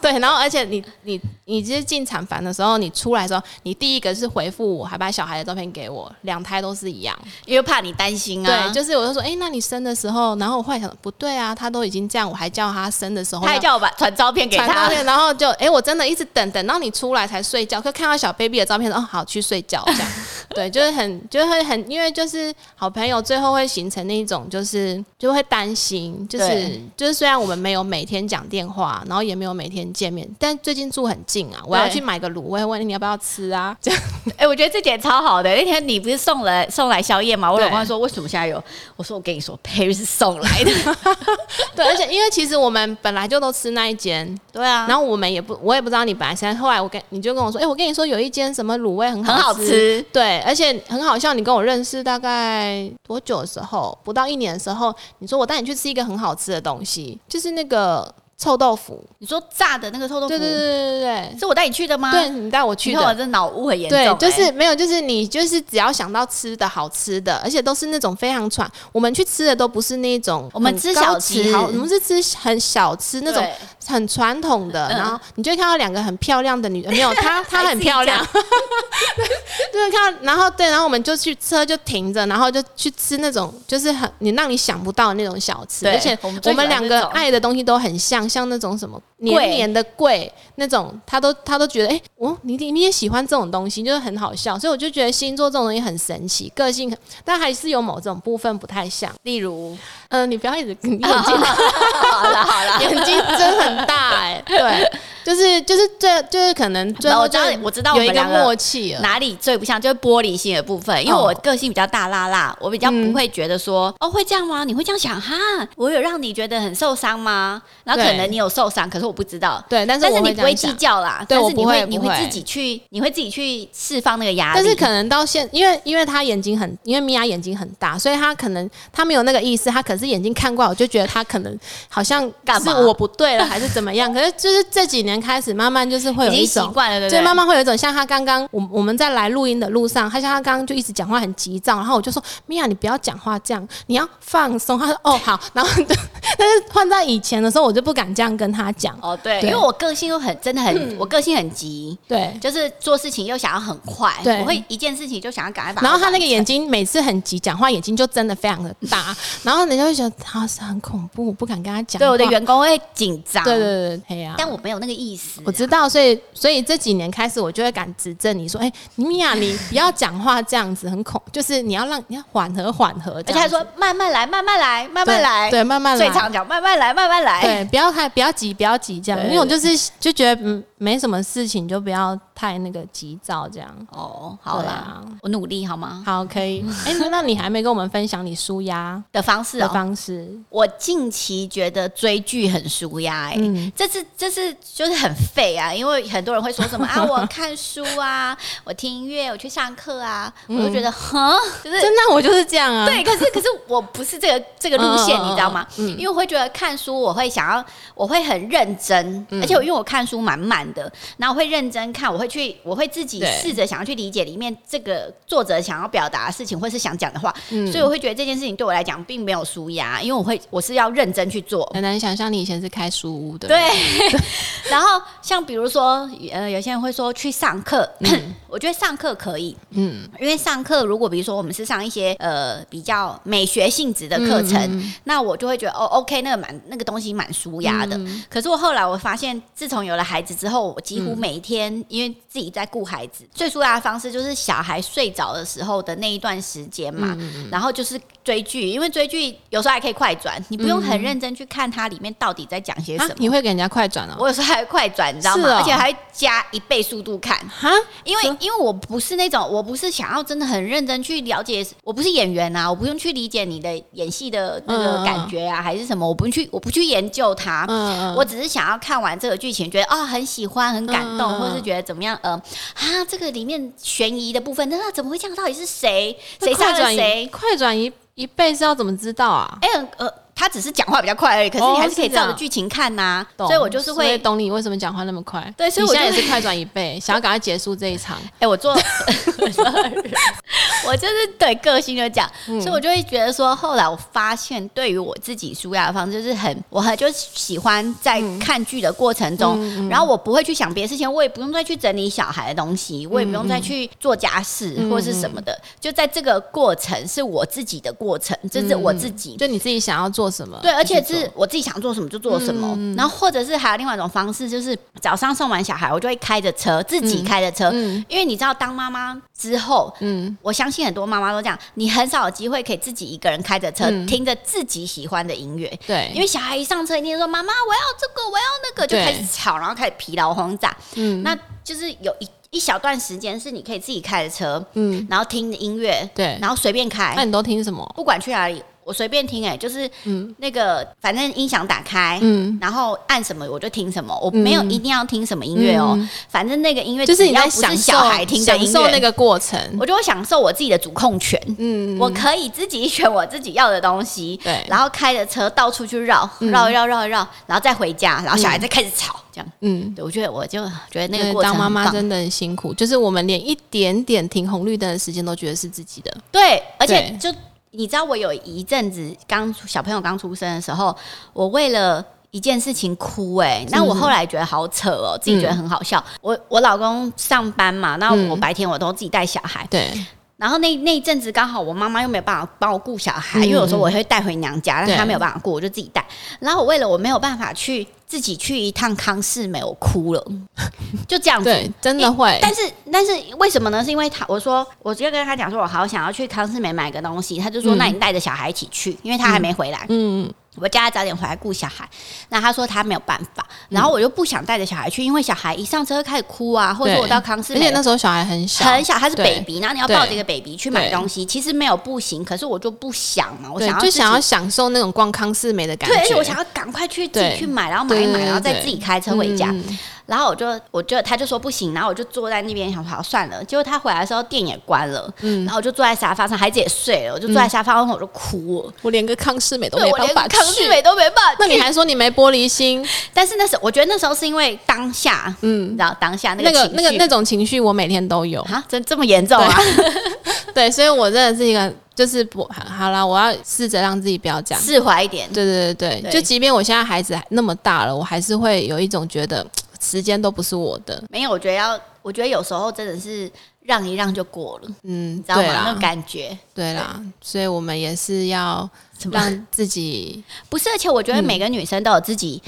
S1: 对，然后而且你你你其实进产房的时候，你出来的时候，你第一个是回复我，还把小孩的照片给我，两胎都是一样，
S2: 因为怕你担心啊，
S1: 对，就是我就说，哎、那你生的时候，然后我后来想，不对啊，他都已经这样，我还叫他生的时候
S2: 他还
S1: 要
S2: 叫我把传照片给
S1: 传
S2: 他
S1: 照。片，然后就哎、诶我真的一直等等到你出来才睡觉，可看到小 baby 的照片，哦，好去睡觉这样。对，就是很，就会很，因为就是好朋友最后会形成那一种，就是就会担心，就是
S2: 对
S1: 就是虽然我们没有每天讲电话，然后也没有每天见面，但最近住很近啊，我要
S2: 对
S1: 去买个卤味，问你要不要吃 啊？这样
S2: 哎、我觉得这点超好的。那天你不是送了送来宵夜吗？我
S1: 对
S2: 老公还说为什么现在有？我说我跟你说，Perry 是送来的。
S1: 对，而且因为其实我们本来就都吃那一间，
S2: 对啊，
S1: 然后我们也不，我也不知道你本来现在，后来我跟你就跟我说，哎、我跟你说有一间什么卤味很好
S2: 很好吃。
S1: 对，而且很好笑，你跟我认识大概多久的时候？不到一年的时候，你说我带你去吃一个很好吃的东西，就是那个臭豆腐。
S2: 你说炸的那个臭豆腐，
S1: 对对对对
S2: 是我带你去的吗？
S1: 对，对，你带我去
S2: 你看我
S1: 的。
S2: 这脑雾很严重、
S1: 对，就
S2: 哎
S1: 是没有，就是你就是只要想到吃的好吃的，而且都是那种非常传，我们去吃的都不是那种
S2: 我们
S1: 很
S2: 吃
S1: 高
S2: 小
S1: 级
S2: 吃
S1: 好，我们是吃很小吃那种
S2: 对
S1: 很传统的，
S2: 嗯
S1: 然后你就会看到两个很漂亮的女，没有她，她很漂亮，对，看到，然后对，然后我们就去车就停着，然后就去吃那种就是很你让你想不到的那种小吃，
S2: 对
S1: 而且
S2: 我们最
S1: 我们
S2: 喜欢
S1: 两
S2: 这
S1: 个
S2: 种
S1: 爱的东西都很像，像那种什么黏黏的贵那种，他都他都觉得哎，哦，你你你也喜欢这种东西，就是很好笑，所以我就觉得星座这种东西很神奇，个性很，但还是有某种部分不太像。呃
S2: 例如，
S1: 嗯、你不要一直你眼睛
S2: 好了好了，
S1: 眼睛睁很大哎、对。就是就是这就是可能最后
S2: 我知
S1: 就
S2: 道我知道我
S1: 有
S2: 们
S1: 一个
S2: 两个
S1: 默契了。
S2: 哪里最不像，就是玻璃心的部分。因为
S1: 哦
S2: 我个性比较大啦啦，我比较
S1: 嗯
S2: 不会觉得说，哦，会这样吗？你会这样想哈？我有让你觉得很受伤吗？然后可
S1: 对
S2: 能你有受伤，可是我不知道。
S1: 对，但是
S2: 但
S1: 我
S2: 是你
S1: 会这
S2: 不会
S1: 样
S2: 计
S1: 想。
S2: 较啦，
S1: 对
S2: 但
S1: 我
S2: 是你
S1: 不会
S2: 你
S1: 不
S2: 会
S1: 会
S2: 自己去，你会自己去释放那个压力。
S1: 但是可能到现，因为因为他眼睛很，因为米娅眼睛很大，所以他可能他没有那个意思，他可是眼睛看过来，我就觉得他可能好像
S2: 干
S1: 是
S2: 嘛
S1: 我不对了，还是怎么样？可是就是这几年开始，慢慢就是会有
S2: 已经
S1: 一
S2: 习
S1: 种。
S2: 惯了，对不
S1: 所
S2: 对？
S1: 以慢慢会有一种像他刚刚，我我们在来录音的路上，他像他刚刚就一直讲话很急躁，然后我就说米娅，你不要讲话这样，你要放松。他说哦好， 然后但是换在以前的时候，我就不敢这样跟他讲。
S2: 哦，对，
S1: 对嗯
S2: 因为我个性又很，真的很，我个性很急，
S1: 对，
S2: 就是做事情又想要很快，
S1: 对
S2: 我会一件事情就想要赶快把它
S1: 然
S2: 完成。
S1: 后他那个眼睛每次很急，讲话眼睛就真的非常的大，然后你就会觉得他是很恐怖，我不敢跟他讲话。
S2: 对我的员工会紧张，
S1: 对对对，哎呀、
S2: 但我没有那个意思啊、
S1: 我知道，所以所以这几年开始，我就会敢指正你说，哎、米娅，你不要讲话这样子，很恐，就是你要让你要缓和缓和这
S2: 而且
S1: 样
S2: 他
S1: 子，
S2: 说慢慢来，慢慢来，慢慢
S1: 对
S2: 来，
S1: 对，慢慢来，
S2: 最常讲慢慢来，慢慢来。
S1: 对，不要太不要急，不要急这样，
S2: 对
S1: 因为我就是就觉得嗯没什么事情，就不要太那个急躁这样。
S2: 哦，好
S1: 对
S2: 啦，
S1: 啊
S2: 我努力好吗？
S1: 好，可以。哎、那那你还没跟我们分享你舒压
S2: 的方式
S1: 的
S2: 哦，
S1: 方式？
S2: 我近期觉得追剧很舒压、欸，
S1: 嗯，
S2: 这是这是就是很废啊，因为很多人会说什么啊，我看书啊， 我听音乐，我去上课啊，我就觉得
S1: 嗯
S2: 哼，就是
S1: 真的，我就是这样啊。
S2: 对，可是可是我不是这个这个路线，
S1: 嗯嗯嗯
S2: 你知道吗？
S1: 嗯
S2: 因为我会觉得看书，我会想要，我会很认真，
S1: 嗯
S2: 而且我因为我看书蛮慢的，然后我会认真看，我会去，我会自己
S1: 对
S2: 试着想要去理解里面这个作者想要表达的事情，或是想讲的话，
S1: 嗯
S2: 所以我会觉得这件事情对我来讲并没有舒压，因为我会我是要认真去做。
S1: 很难想象你以前是开书屋的。
S2: 对，然后像比如说，呃，有些人会说去上课，我觉得上课可以，
S1: 嗯，
S2: 因为上课如果比如说我们是上一些呃比较美学性质的课程，
S1: 嗯
S2: 那我就会觉得哦，OK，那个蛮那个东西蛮舒压的。
S1: 嗯
S2: 可是我后来我发现，自从有了孩子之后，我几乎每一天、因为自己在顾孩子，最舒压的方式就是小孩睡着的时候的那一段时间
S1: 嗯
S2: 嘛，然后就是追剧，因为追剧有时候还可以快转，你不用很认真去看它里面到底在讲些
S1: 嗯
S2: 什
S1: 啊
S2: 么。，
S1: 你会给人家快转哦。
S2: 我有时候还会快转，你知道吗？
S1: 是哦
S2: 而且还会加一倍速度看。
S1: 哈，
S2: 因为
S1: 说
S2: 因为我不是那种，我不是想要真的很认真去了解，我不是演员啊，我不用去理解你的演戏的那
S1: 嗯嗯
S2: 个
S1: 嗯
S2: 感觉啊，还是什么，我不去我不去研究它。
S1: 嗯
S2: 我只是想要看完这个剧情，觉得哦很喜欢、很感
S1: 嗯
S2: 动，
S1: 嗯嗯
S2: 或是觉得怎么样？呃，啊，这个里面悬疑的部分，那怎么会这样？到底是谁？谁杀
S1: 快
S2: 了
S1: 转
S2: 谁
S1: 一？快转一一倍是要怎么知道啊？
S2: 哎、呃，他只是讲话比较快而已，可是你
S1: 哦
S2: 还是可以
S1: 是这样
S2: 照着剧情看呐、
S1: 懂
S2: 所以我就是
S1: 所
S2: 会
S1: 以懂你为什么讲话那么快。
S2: 对所以
S1: 你
S2: 我
S1: 现在
S2: 就
S1: 也是快转一 倍，想要赶快结束这一场。
S2: 哎、我做， 我就是对个性就讲，所以我就会觉得说，后来我发现，对于我自己舒压的方式，就是很，我很就喜欢在看剧的过程中，然后我不会去想别的事情，我也不用再去整理小孩的东西，我也不用再去做家事或是什么的，就在这个过程是我自己的过程，这是我自己。
S1: 就你自己想要做什么？
S2: 对，而
S1: 啊就去嗯
S2: 且
S1: 做
S2: 是我自己想做什么就做什么，然后或者是还有另外一种方式，就是早上送完小孩，我就会开着车，自己开着车，
S1: 嗯
S2: 因为你知道，当妈妈之后，
S1: 嗯，
S2: 我相信很多妈妈都这样，你很少有机会可以自己一个人开着车，
S1: 嗯
S2: 听着自己喜欢的音乐。
S1: 对，
S2: 因为小孩一上车，一定说：“妈妈，我要这个，我要那个”，就
S1: 对
S2: 开始吵，然后开始疲劳轰炸。
S1: 嗯
S2: 那就是有一一小段时间是你可以自己开着车，
S1: 嗯，
S2: 然后听着音乐，
S1: 对
S2: 然后随便开，
S1: 那你都听什么？
S2: 不管去哪里，我随便听、哎，就是
S1: 嗯
S2: 那个，反正音响打开，
S1: 嗯，
S2: 然后按什么我就听什么，我没有一定要听什么音乐哦，
S1: 嗯
S2: 反正那个音乐
S1: 就是你
S2: 只要
S1: 在
S2: 不
S1: 享
S2: 是
S1: 受
S2: 小孩听的
S1: 享
S2: 音
S1: 受
S2: 乐，
S1: 那个过程。
S2: 我就会享受我自己的主控权。
S1: 嗯，
S2: 我可以自己选我自己要的东西，
S1: 对嗯
S2: 然后开着车到处去绕，绕一绕，绕一绕，然后再回家，然后小孩再开始吵，这样。
S1: 嗯，
S2: 对，我觉得我就觉得那个
S1: 对
S2: 过程
S1: 当妈妈
S2: 很棒
S1: 真的很辛苦，就是我们连一点点停红绿灯的时间都觉得是自己的。
S2: 对，而且
S1: 对
S2: 就你知道，我有一阵子刚出小朋友刚出生的时候，我为了。一件事情哭哎、欸，
S1: 嗯
S2: 那我后来觉得好扯哦，自己觉得很好笑。我我老公上班嘛，那我
S1: 嗯
S2: 白天我都自己带小孩，
S1: 对，
S2: 然后那那一阵子刚好我妈妈又没有办法帮我顾小孩，
S1: 嗯
S2: 因为有时候我会带回娘家，
S1: 对
S2: 但她没有办法顾，我就自己带。然后我为了我没有办法去自己去一趟康世美，我哭了，就这样子。
S1: 对，真的会。
S2: 但是但是为什么呢？是因为他我说我就跟他讲说，我好想要去康世美买个东西，他就说、
S1: 嗯
S2: 那你带着小孩一起去，因为他还没回来。
S1: 嗯，
S2: 我叫他早点回来顾小孩，那他说他没有办法，然后我就不想带着小孩去，因为小孩一上车就开始哭啊，或者我到康斯
S1: 而
S2: 美
S1: 且
S2: 了
S1: 那时候小孩很小，
S2: 很小，他是
S1: 对
S2: baby，然后你要
S1: 对
S2: 抱着一个 baby 去买
S1: 对
S2: 东西，其实没有不行，可是我就不想嘛，我
S1: 对
S2: 想，要
S1: 就
S2: 自
S1: 想
S2: 己
S1: 要享受那种逛康世美的感觉。
S2: 对，而且我想要赶快去自己
S1: 对
S2: 去买，然后买
S1: 对
S2: 一
S1: 对
S2: 买，
S1: 对
S2: 然后再
S1: 对
S2: 自己开车回家。
S1: 嗯嗯嗯
S2: 然后我就我就他就说不行，然后我就坐在那边想说好算了。结果他回来的时候店也关了，
S1: 嗯
S2: 然后我就坐在沙发上，孩子也睡了，我就坐在沙发上我就哭了，
S1: 我连个康世美嗯都
S2: 对
S1: 没
S2: 我
S1: 办
S2: 连
S1: 法去
S2: 康世美都没办法
S1: 那你
S2: 去。
S1: 还说你没玻璃心？
S2: 但是那时候我觉得那时候是因为当下，嗯，你知道当下 那
S1: 那
S2: 个
S1: 个、那个、那
S2: 个
S1: 种情绪，我每天都 有。
S2: 啊，真这么严重啊？
S1: 对，所以我真的是一个，就是不好好啦，我要试着让自己不要这样。
S2: 释怀一点，
S1: 对对对对，
S2: 对
S1: 就即便我现在孩子还那么大了，我还是会有一种觉得时间都不是我的。
S2: 没有，我觉得要，我觉得有时候真的是让一让就过了，你
S1: 嗯，
S2: 知道
S1: 对
S2: 吗？那
S1: 啦
S2: 种，感觉。
S1: 对啦，所以我们也是要
S2: 什么
S1: 让自 己
S2: 不是，而且我觉
S1: 嗯
S2: 得每个女生都有自己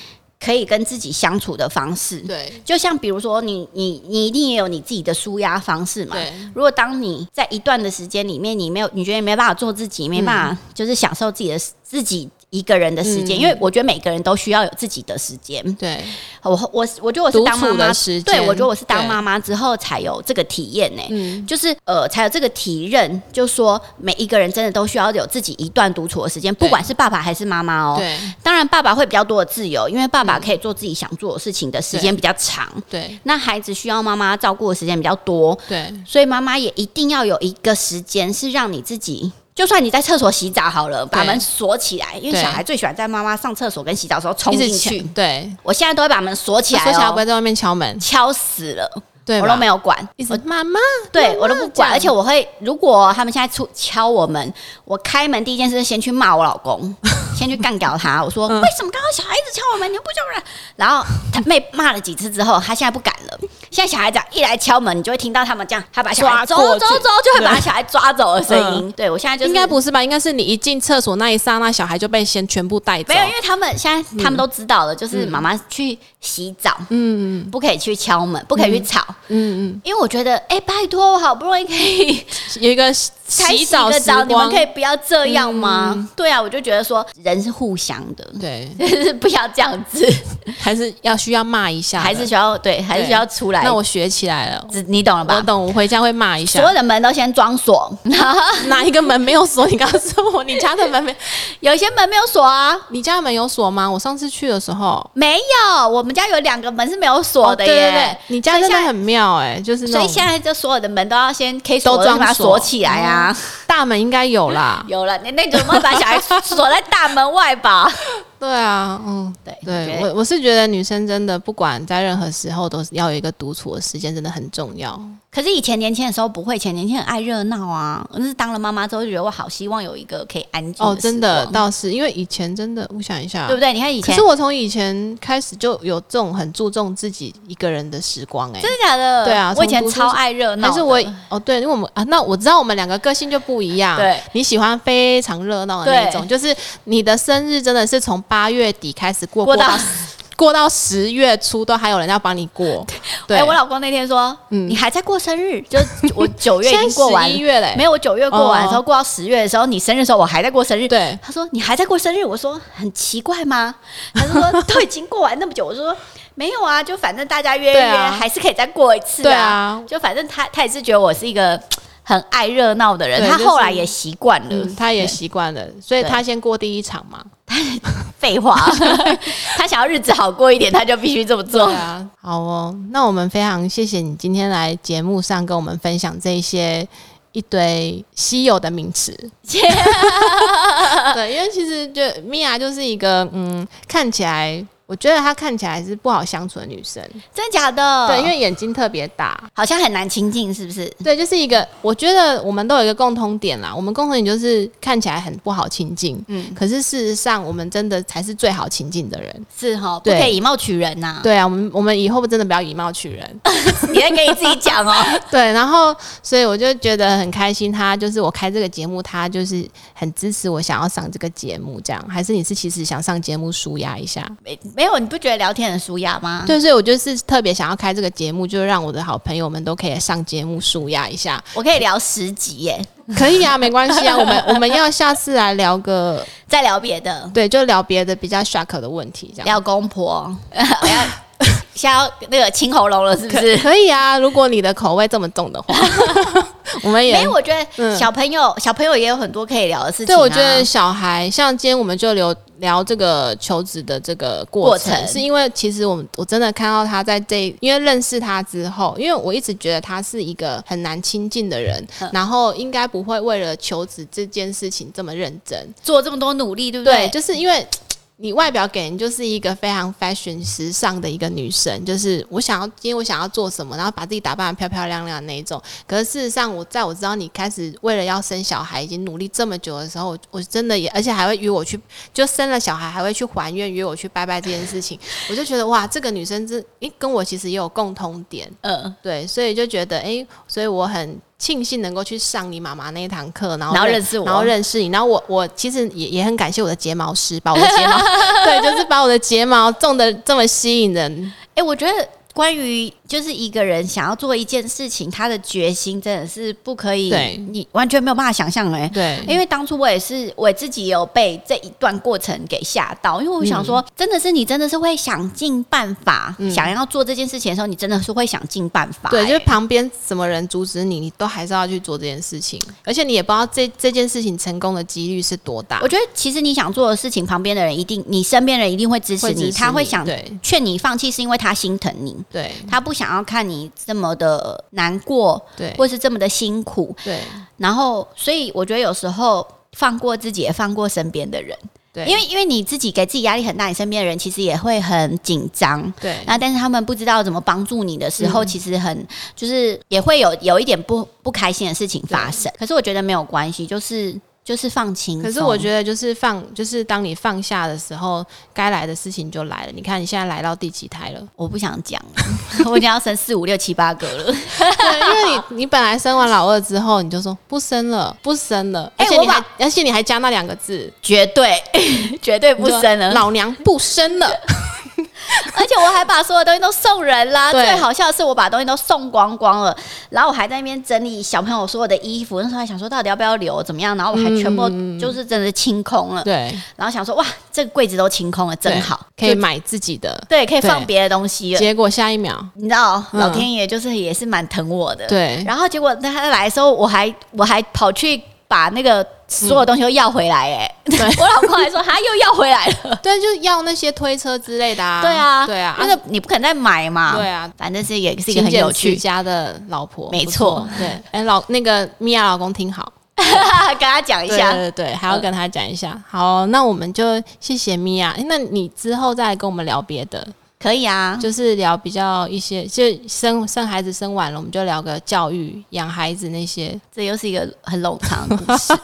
S2: 可以跟自己相处的方式。
S1: 对
S2: 就像比如说你，你你一定也有你自己的舒压方式嘛。
S1: 对
S2: 如果当你在一段的时间里面，你没有，你觉得你没办法做自己，没办法就是享受自己的自己一个人的时间，
S1: 嗯
S2: 因为我觉得每个人都需要有自己的时间。
S1: 对，
S2: 我我我觉得我是当妈
S1: 独处
S2: 妈
S1: 的时间
S2: 对我觉得我是当
S1: 对
S2: 妈妈之后才有这个体验呢、
S1: 嗯，
S2: 就是呃，才有这个体认，就说每一个人真的都需要有自己一段独处的时间，不
S1: 对
S2: 管是爸爸还是妈妈哦。
S1: 对嗯
S2: 当然，爸爸会比较多的自由，因为爸爸可以做自己想做的事情的时间比较长。
S1: 对
S2: 那孩子需要妈妈照顾的时间比较多，
S1: 对
S2: 所以妈妈也一定要有一个时间是让你自己，就算你在厕所洗澡好了，把
S1: 对
S2: 门锁起来，因为
S1: 对
S2: 小孩最喜欢在妈妈上厕所跟洗澡的时候冲
S1: 一直
S2: 进去
S1: 抢。对，啊
S2: 我现在都会把门锁起
S1: 他
S2: 来、哦，
S1: 说小孩不会在外面敲门，
S2: 敲死了，
S1: 对
S2: 我
S1: 吧
S2: 都没有管，
S1: 一直
S2: 我
S1: 妈妈，
S2: 对我都不
S1: 这样
S2: 管，而且我会，如果他们现在出敲我门，我开门第一件事是先去骂我老 公，先去干掉他。我说、
S1: 嗯
S2: 为什么刚刚小孩子敲我门，你又不叫人？然后他被骂了几次之后，他现在不敢了。现在小孩子一来敲门，你就会听到他们这样，他把小孩走
S1: 抓过
S2: 走
S1: 去嗯
S2: 走，就会把小孩抓走的声音。对我现在就是
S1: 应该不是吧？应该是你一进厕所那一刹那，小孩就被先全部带走
S2: 没。有，因为他们现在他们都知道了，就是妈妈去洗澡，
S1: 嗯
S2: 不可以去敲门，不可以去吵。
S1: 嗯嗯，
S2: 因为我觉得，哎、拜托，我好不容易可以
S1: 有一个
S2: 才
S1: 洗
S2: 洗
S1: 澡
S2: 个
S1: 时
S2: 澡，你们
S1: 光嗯
S2: 可，以不要这样吗？对啊，我就觉得说人是互相的，
S1: 对，
S2: 就是不要这样 子，
S1: 还是要需要骂一下的，
S2: 还是需要对，还是需要出来。
S1: 那我学起来了，
S2: 只你懂了
S1: 我
S2: 吧？
S1: 懂，我回家会骂一下
S2: 所。有的门都先装锁，
S1: 哪一个门没有锁？你告诉我，你家的门没？
S2: 有一些门没有锁啊。
S1: 你家的门有锁吗？我上次去的时候，
S2: 没有，我们家有两个门是没有锁的
S1: 哦
S2: 耶。
S1: 对对对，你家真的很妙哎，就是
S2: 所
S1: 那
S2: 以现
S1: 种
S2: 在就所有的门都要先 K
S1: 都
S2: 锁，
S1: 装
S2: 把它
S1: 锁哦
S2: 锁起来啊。
S1: 大门应该有啦。
S2: 有了，那那你怎么会把小孩锁在大门外吧？
S1: 对啊，嗯，
S2: 对
S1: 对
S2: 觉得
S1: 我我是觉得女生真的不管在任何时候都是要有一个独处的时间，真的很重要。
S2: 可是以前年轻的时候不会，以前年轻很爱热闹啊。但是当了妈妈之后，就觉得我好希望有一个可以安静
S1: 哦，
S2: 时
S1: 真的
S2: 光
S1: 倒是，因为以前真的，我想一下
S2: 对，不对？你看以
S1: 可
S2: 前
S1: 是我从以前开始就有这种很注重自己一个人的时光、欸，哎，
S2: 真的假的？
S1: 对啊
S2: 我以前
S1: 从读书
S2: 超爱热闹的，
S1: 还是我哦，对，因为我们啊，那我知道我们两个个性就不一样。
S2: 对，
S1: 你喜欢非常热闹的那
S2: 对
S1: 种，就是你的生日真的是从八月底开始过，
S2: 过
S1: 过
S2: 到
S1: 到 过到十月初都还有人要帮你过。对，嗯
S2: 哎，我老公那天说，你还在过生日？ 就我九月已
S1: 现在
S2: 经过完
S1: 十一，月嘞、
S2: 没有，我九月过完的时候，
S1: 哦
S2: 过到十月的时候，你生日的时候，我还在过生日。
S1: 对
S2: 他说你还在过生日，我说很奇怪吗？他就说都已经过完那么久，我说没有啊，就反正大家约一约，
S1: 对啊
S2: 还是可以再过一次、
S1: 对啊
S2: 就反正他他也是觉得我是一个很爱热闹的人，
S1: 对
S2: 他
S1: 就是
S2: 后来也习惯了。
S1: 嗯，他也习惯了，所以
S2: 对
S1: 他先过第一场嘛。
S2: 废 话， 他想要日子好过一点，他就必须这么做。
S1: 对啊，好哦，那我们非常谢谢你今天来节目上跟我们分享这一些一堆稀有的名词。呃对，因为其实就米娅就是一个嗯，看起来我觉得她看起来是不好相处的女生，
S2: 真假的？
S1: 对，因为眼睛特别大。
S2: 好像很难亲近，是不是？
S1: 对，就是一个，我觉得我们都有一个共通点啦。我们共同点就是看起来很不好亲近，嗯，可是事实上我们真的才是最好亲近的人。
S2: 是哈，不
S1: 对
S2: 可以以貌取人呐、
S1: 对啊，我们我们以后真的不要以貌取人。
S2: 你在跟你自己讲哦。
S1: 对，然后所以我就觉得很开心，他就是我开这个节目，他就是很支持我想要上这个节目，这样还是你是其实想上节目舒压一下？
S2: 没没有，你不觉得聊天很舒压吗？
S1: 对，所以我就是特别想要开这个节目，就是让我的好朋友们都可以上节目舒压一下。
S2: 我可以聊十集耶，
S1: 可以啊，没关系啊，我们我们要下次来聊个，
S2: 再聊别的，
S1: 对，就聊别的比较 shock 的问题，这样
S2: 聊公婆， 我要 现在要那个清喉咙了，是不
S1: 可
S2: 是？
S1: 可以啊。如果你的口味这么重的话， 我们也
S2: 没有，我觉得
S1: 嗯
S2: 小朋友、小朋友也有很多可以聊的事情、
S1: 对，
S2: 啊。
S1: 我觉得小孩像今天我们就聊聊这个求职的这个过程，
S2: 过程
S1: 是因为其实我们我真的看到他在这，因为认识他之后，因为我一直觉得他是一个很难亲近的人，
S2: 嗯
S1: 然后应该不会为了求职这件事情这么认真。
S2: 做这么多努力，对不
S1: 对，就
S2: 对？
S1: 是因为。你外表给人就是一个非常 fashion 时尚的一个女生，就是我想要，今天我想要做什么，然后把自己打扮的漂漂亮亮的那一种。可是事实上，我在我知道你开始为了要生小孩已经努力这么久的时候，我我真的也，而且还会约我去，就生了小孩还会去还愿约我去拜拜这件事情，我就觉得哇，这个女生真，诶，跟我其实也有共通点，
S2: 嗯，
S1: 对，所以就觉得哎、诶所以我很庆幸能够去上你妈妈那一堂课，然后
S2: 然后认识我
S1: 然后认识你，然后我我其实也也很感谢我的睫毛师，把我的睫 毛对，就是把我的睫毛种的这么吸引人，
S2: 哎、我觉得关于就是一个人想要做一件事情，他的决心真的是不可以
S1: 对，
S2: 你完全没有办法想象哎、
S1: 对，
S2: 因为当初我也是我自己也有被这一段过程给吓到，因为我想说，真的是你真的是会想尽办法，
S1: 嗯
S2: 想要做这件事情的时候，你真的是会想尽办法、
S1: 对，就是
S2: 哎
S1: 旁边什么人阻止你，你都还是要去做这件事情，而且你也不知道这这件事情成功的几率是多大
S2: 我，觉得其实你想做的事情，旁边的人一定，你身边的人一定会支持
S1: 会
S2: 你，
S1: 支持
S2: 他会
S1: 你
S2: 想
S1: 对
S2: 劝你放弃，是因为他心疼你，
S1: 对
S2: 他不想要看你这么的难过，
S1: 对
S2: 或是这么的辛苦。
S1: 对
S2: 然后，所以我觉得有时候放过自己，也放过身边的人，
S1: 对，
S2: 因为因为你自己给自己压力很大，你身边的人其实也会很紧张。
S1: 对嗯
S2: 那但是他们不知道怎么帮助你的时候，其实很就是也会有有一点不不开心的事情发生。可是我觉得没有关系，就是就是放轻松。
S1: 可是我觉得，就是放，就是当你放下的时候，该来的事情就来了。你看，你现在来到第几胎
S2: ？
S1: 了
S2: 我不想讲了， 我已经要生四五六七八个了。
S1: 对，因为 你你本来生完老二之后，你就说不生了，不生了，
S2: 哎
S1: 而且你
S2: 我
S1: 还
S2: 把，
S1: 而且你还加那两个字，
S2: 绝对 绝对不
S1: 你就
S2: 生了，
S1: 老娘不生 了。
S2: 而且我还把所有东西都送人啦。
S1: 对
S2: 最好笑的是，我把东西都送光光了，然后我还在那边整理小朋友所有的衣服。那时候还想说，到底要不要留，怎么样？然后我还全部嗯就是真的清空了，
S1: 对，
S2: 然后想说，哇，这个柜子都清空了，真
S1: 对
S2: 好，
S1: 可以
S2: 就
S1: 买自己的。
S2: 对，可以
S1: 对
S2: 放别的东西了。
S1: 结果下一秒，
S2: 你知道，
S1: 嗯
S2: 老天爷就是也是蛮疼我的。。
S1: 对，
S2: 然后结果他来的时候，我还我还跑去把那个所有东西都要回来、哎、 我老公还说他又要回来了。
S1: 对，就要那些推车之类的啊。
S2: 呃 对啊，
S1: 对啊，
S2: 那个你不肯再买嘛。
S1: 对啊，
S2: 反正是也是一个
S1: 勤
S2: 很有
S1: 俭持
S2: 趣，
S1: 家的老婆，
S2: 没
S1: 不错
S2: 错。
S1: 对，哎，老那个米娅老公挺好。
S2: 跟他讲一
S1: 对
S2: 下。
S1: 对对，还要跟他讲一下。好，那我们就谢谢米娅。诶那你之后再来跟我们聊别的，
S2: 可以啊，
S1: 就是聊比较一些，就生生孩子生完了，我们就聊个教育、养孩子那些。
S2: 这又是一个很冗长的故事。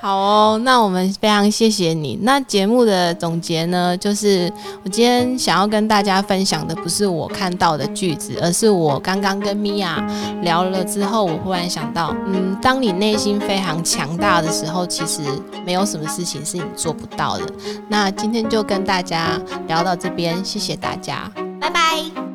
S1: 好哦，那我们非常谢谢你。那节目的总结呢，就是我今天想要跟大家分享的，不是我看到的句子，而是我刚刚跟米娅聊了之后，我忽然想到，嗯，当你内心非常强大的时候，其实没有什么事情是你做不到的。那今天就跟大家聊到这边，谢谢大家。
S2: 拜拜。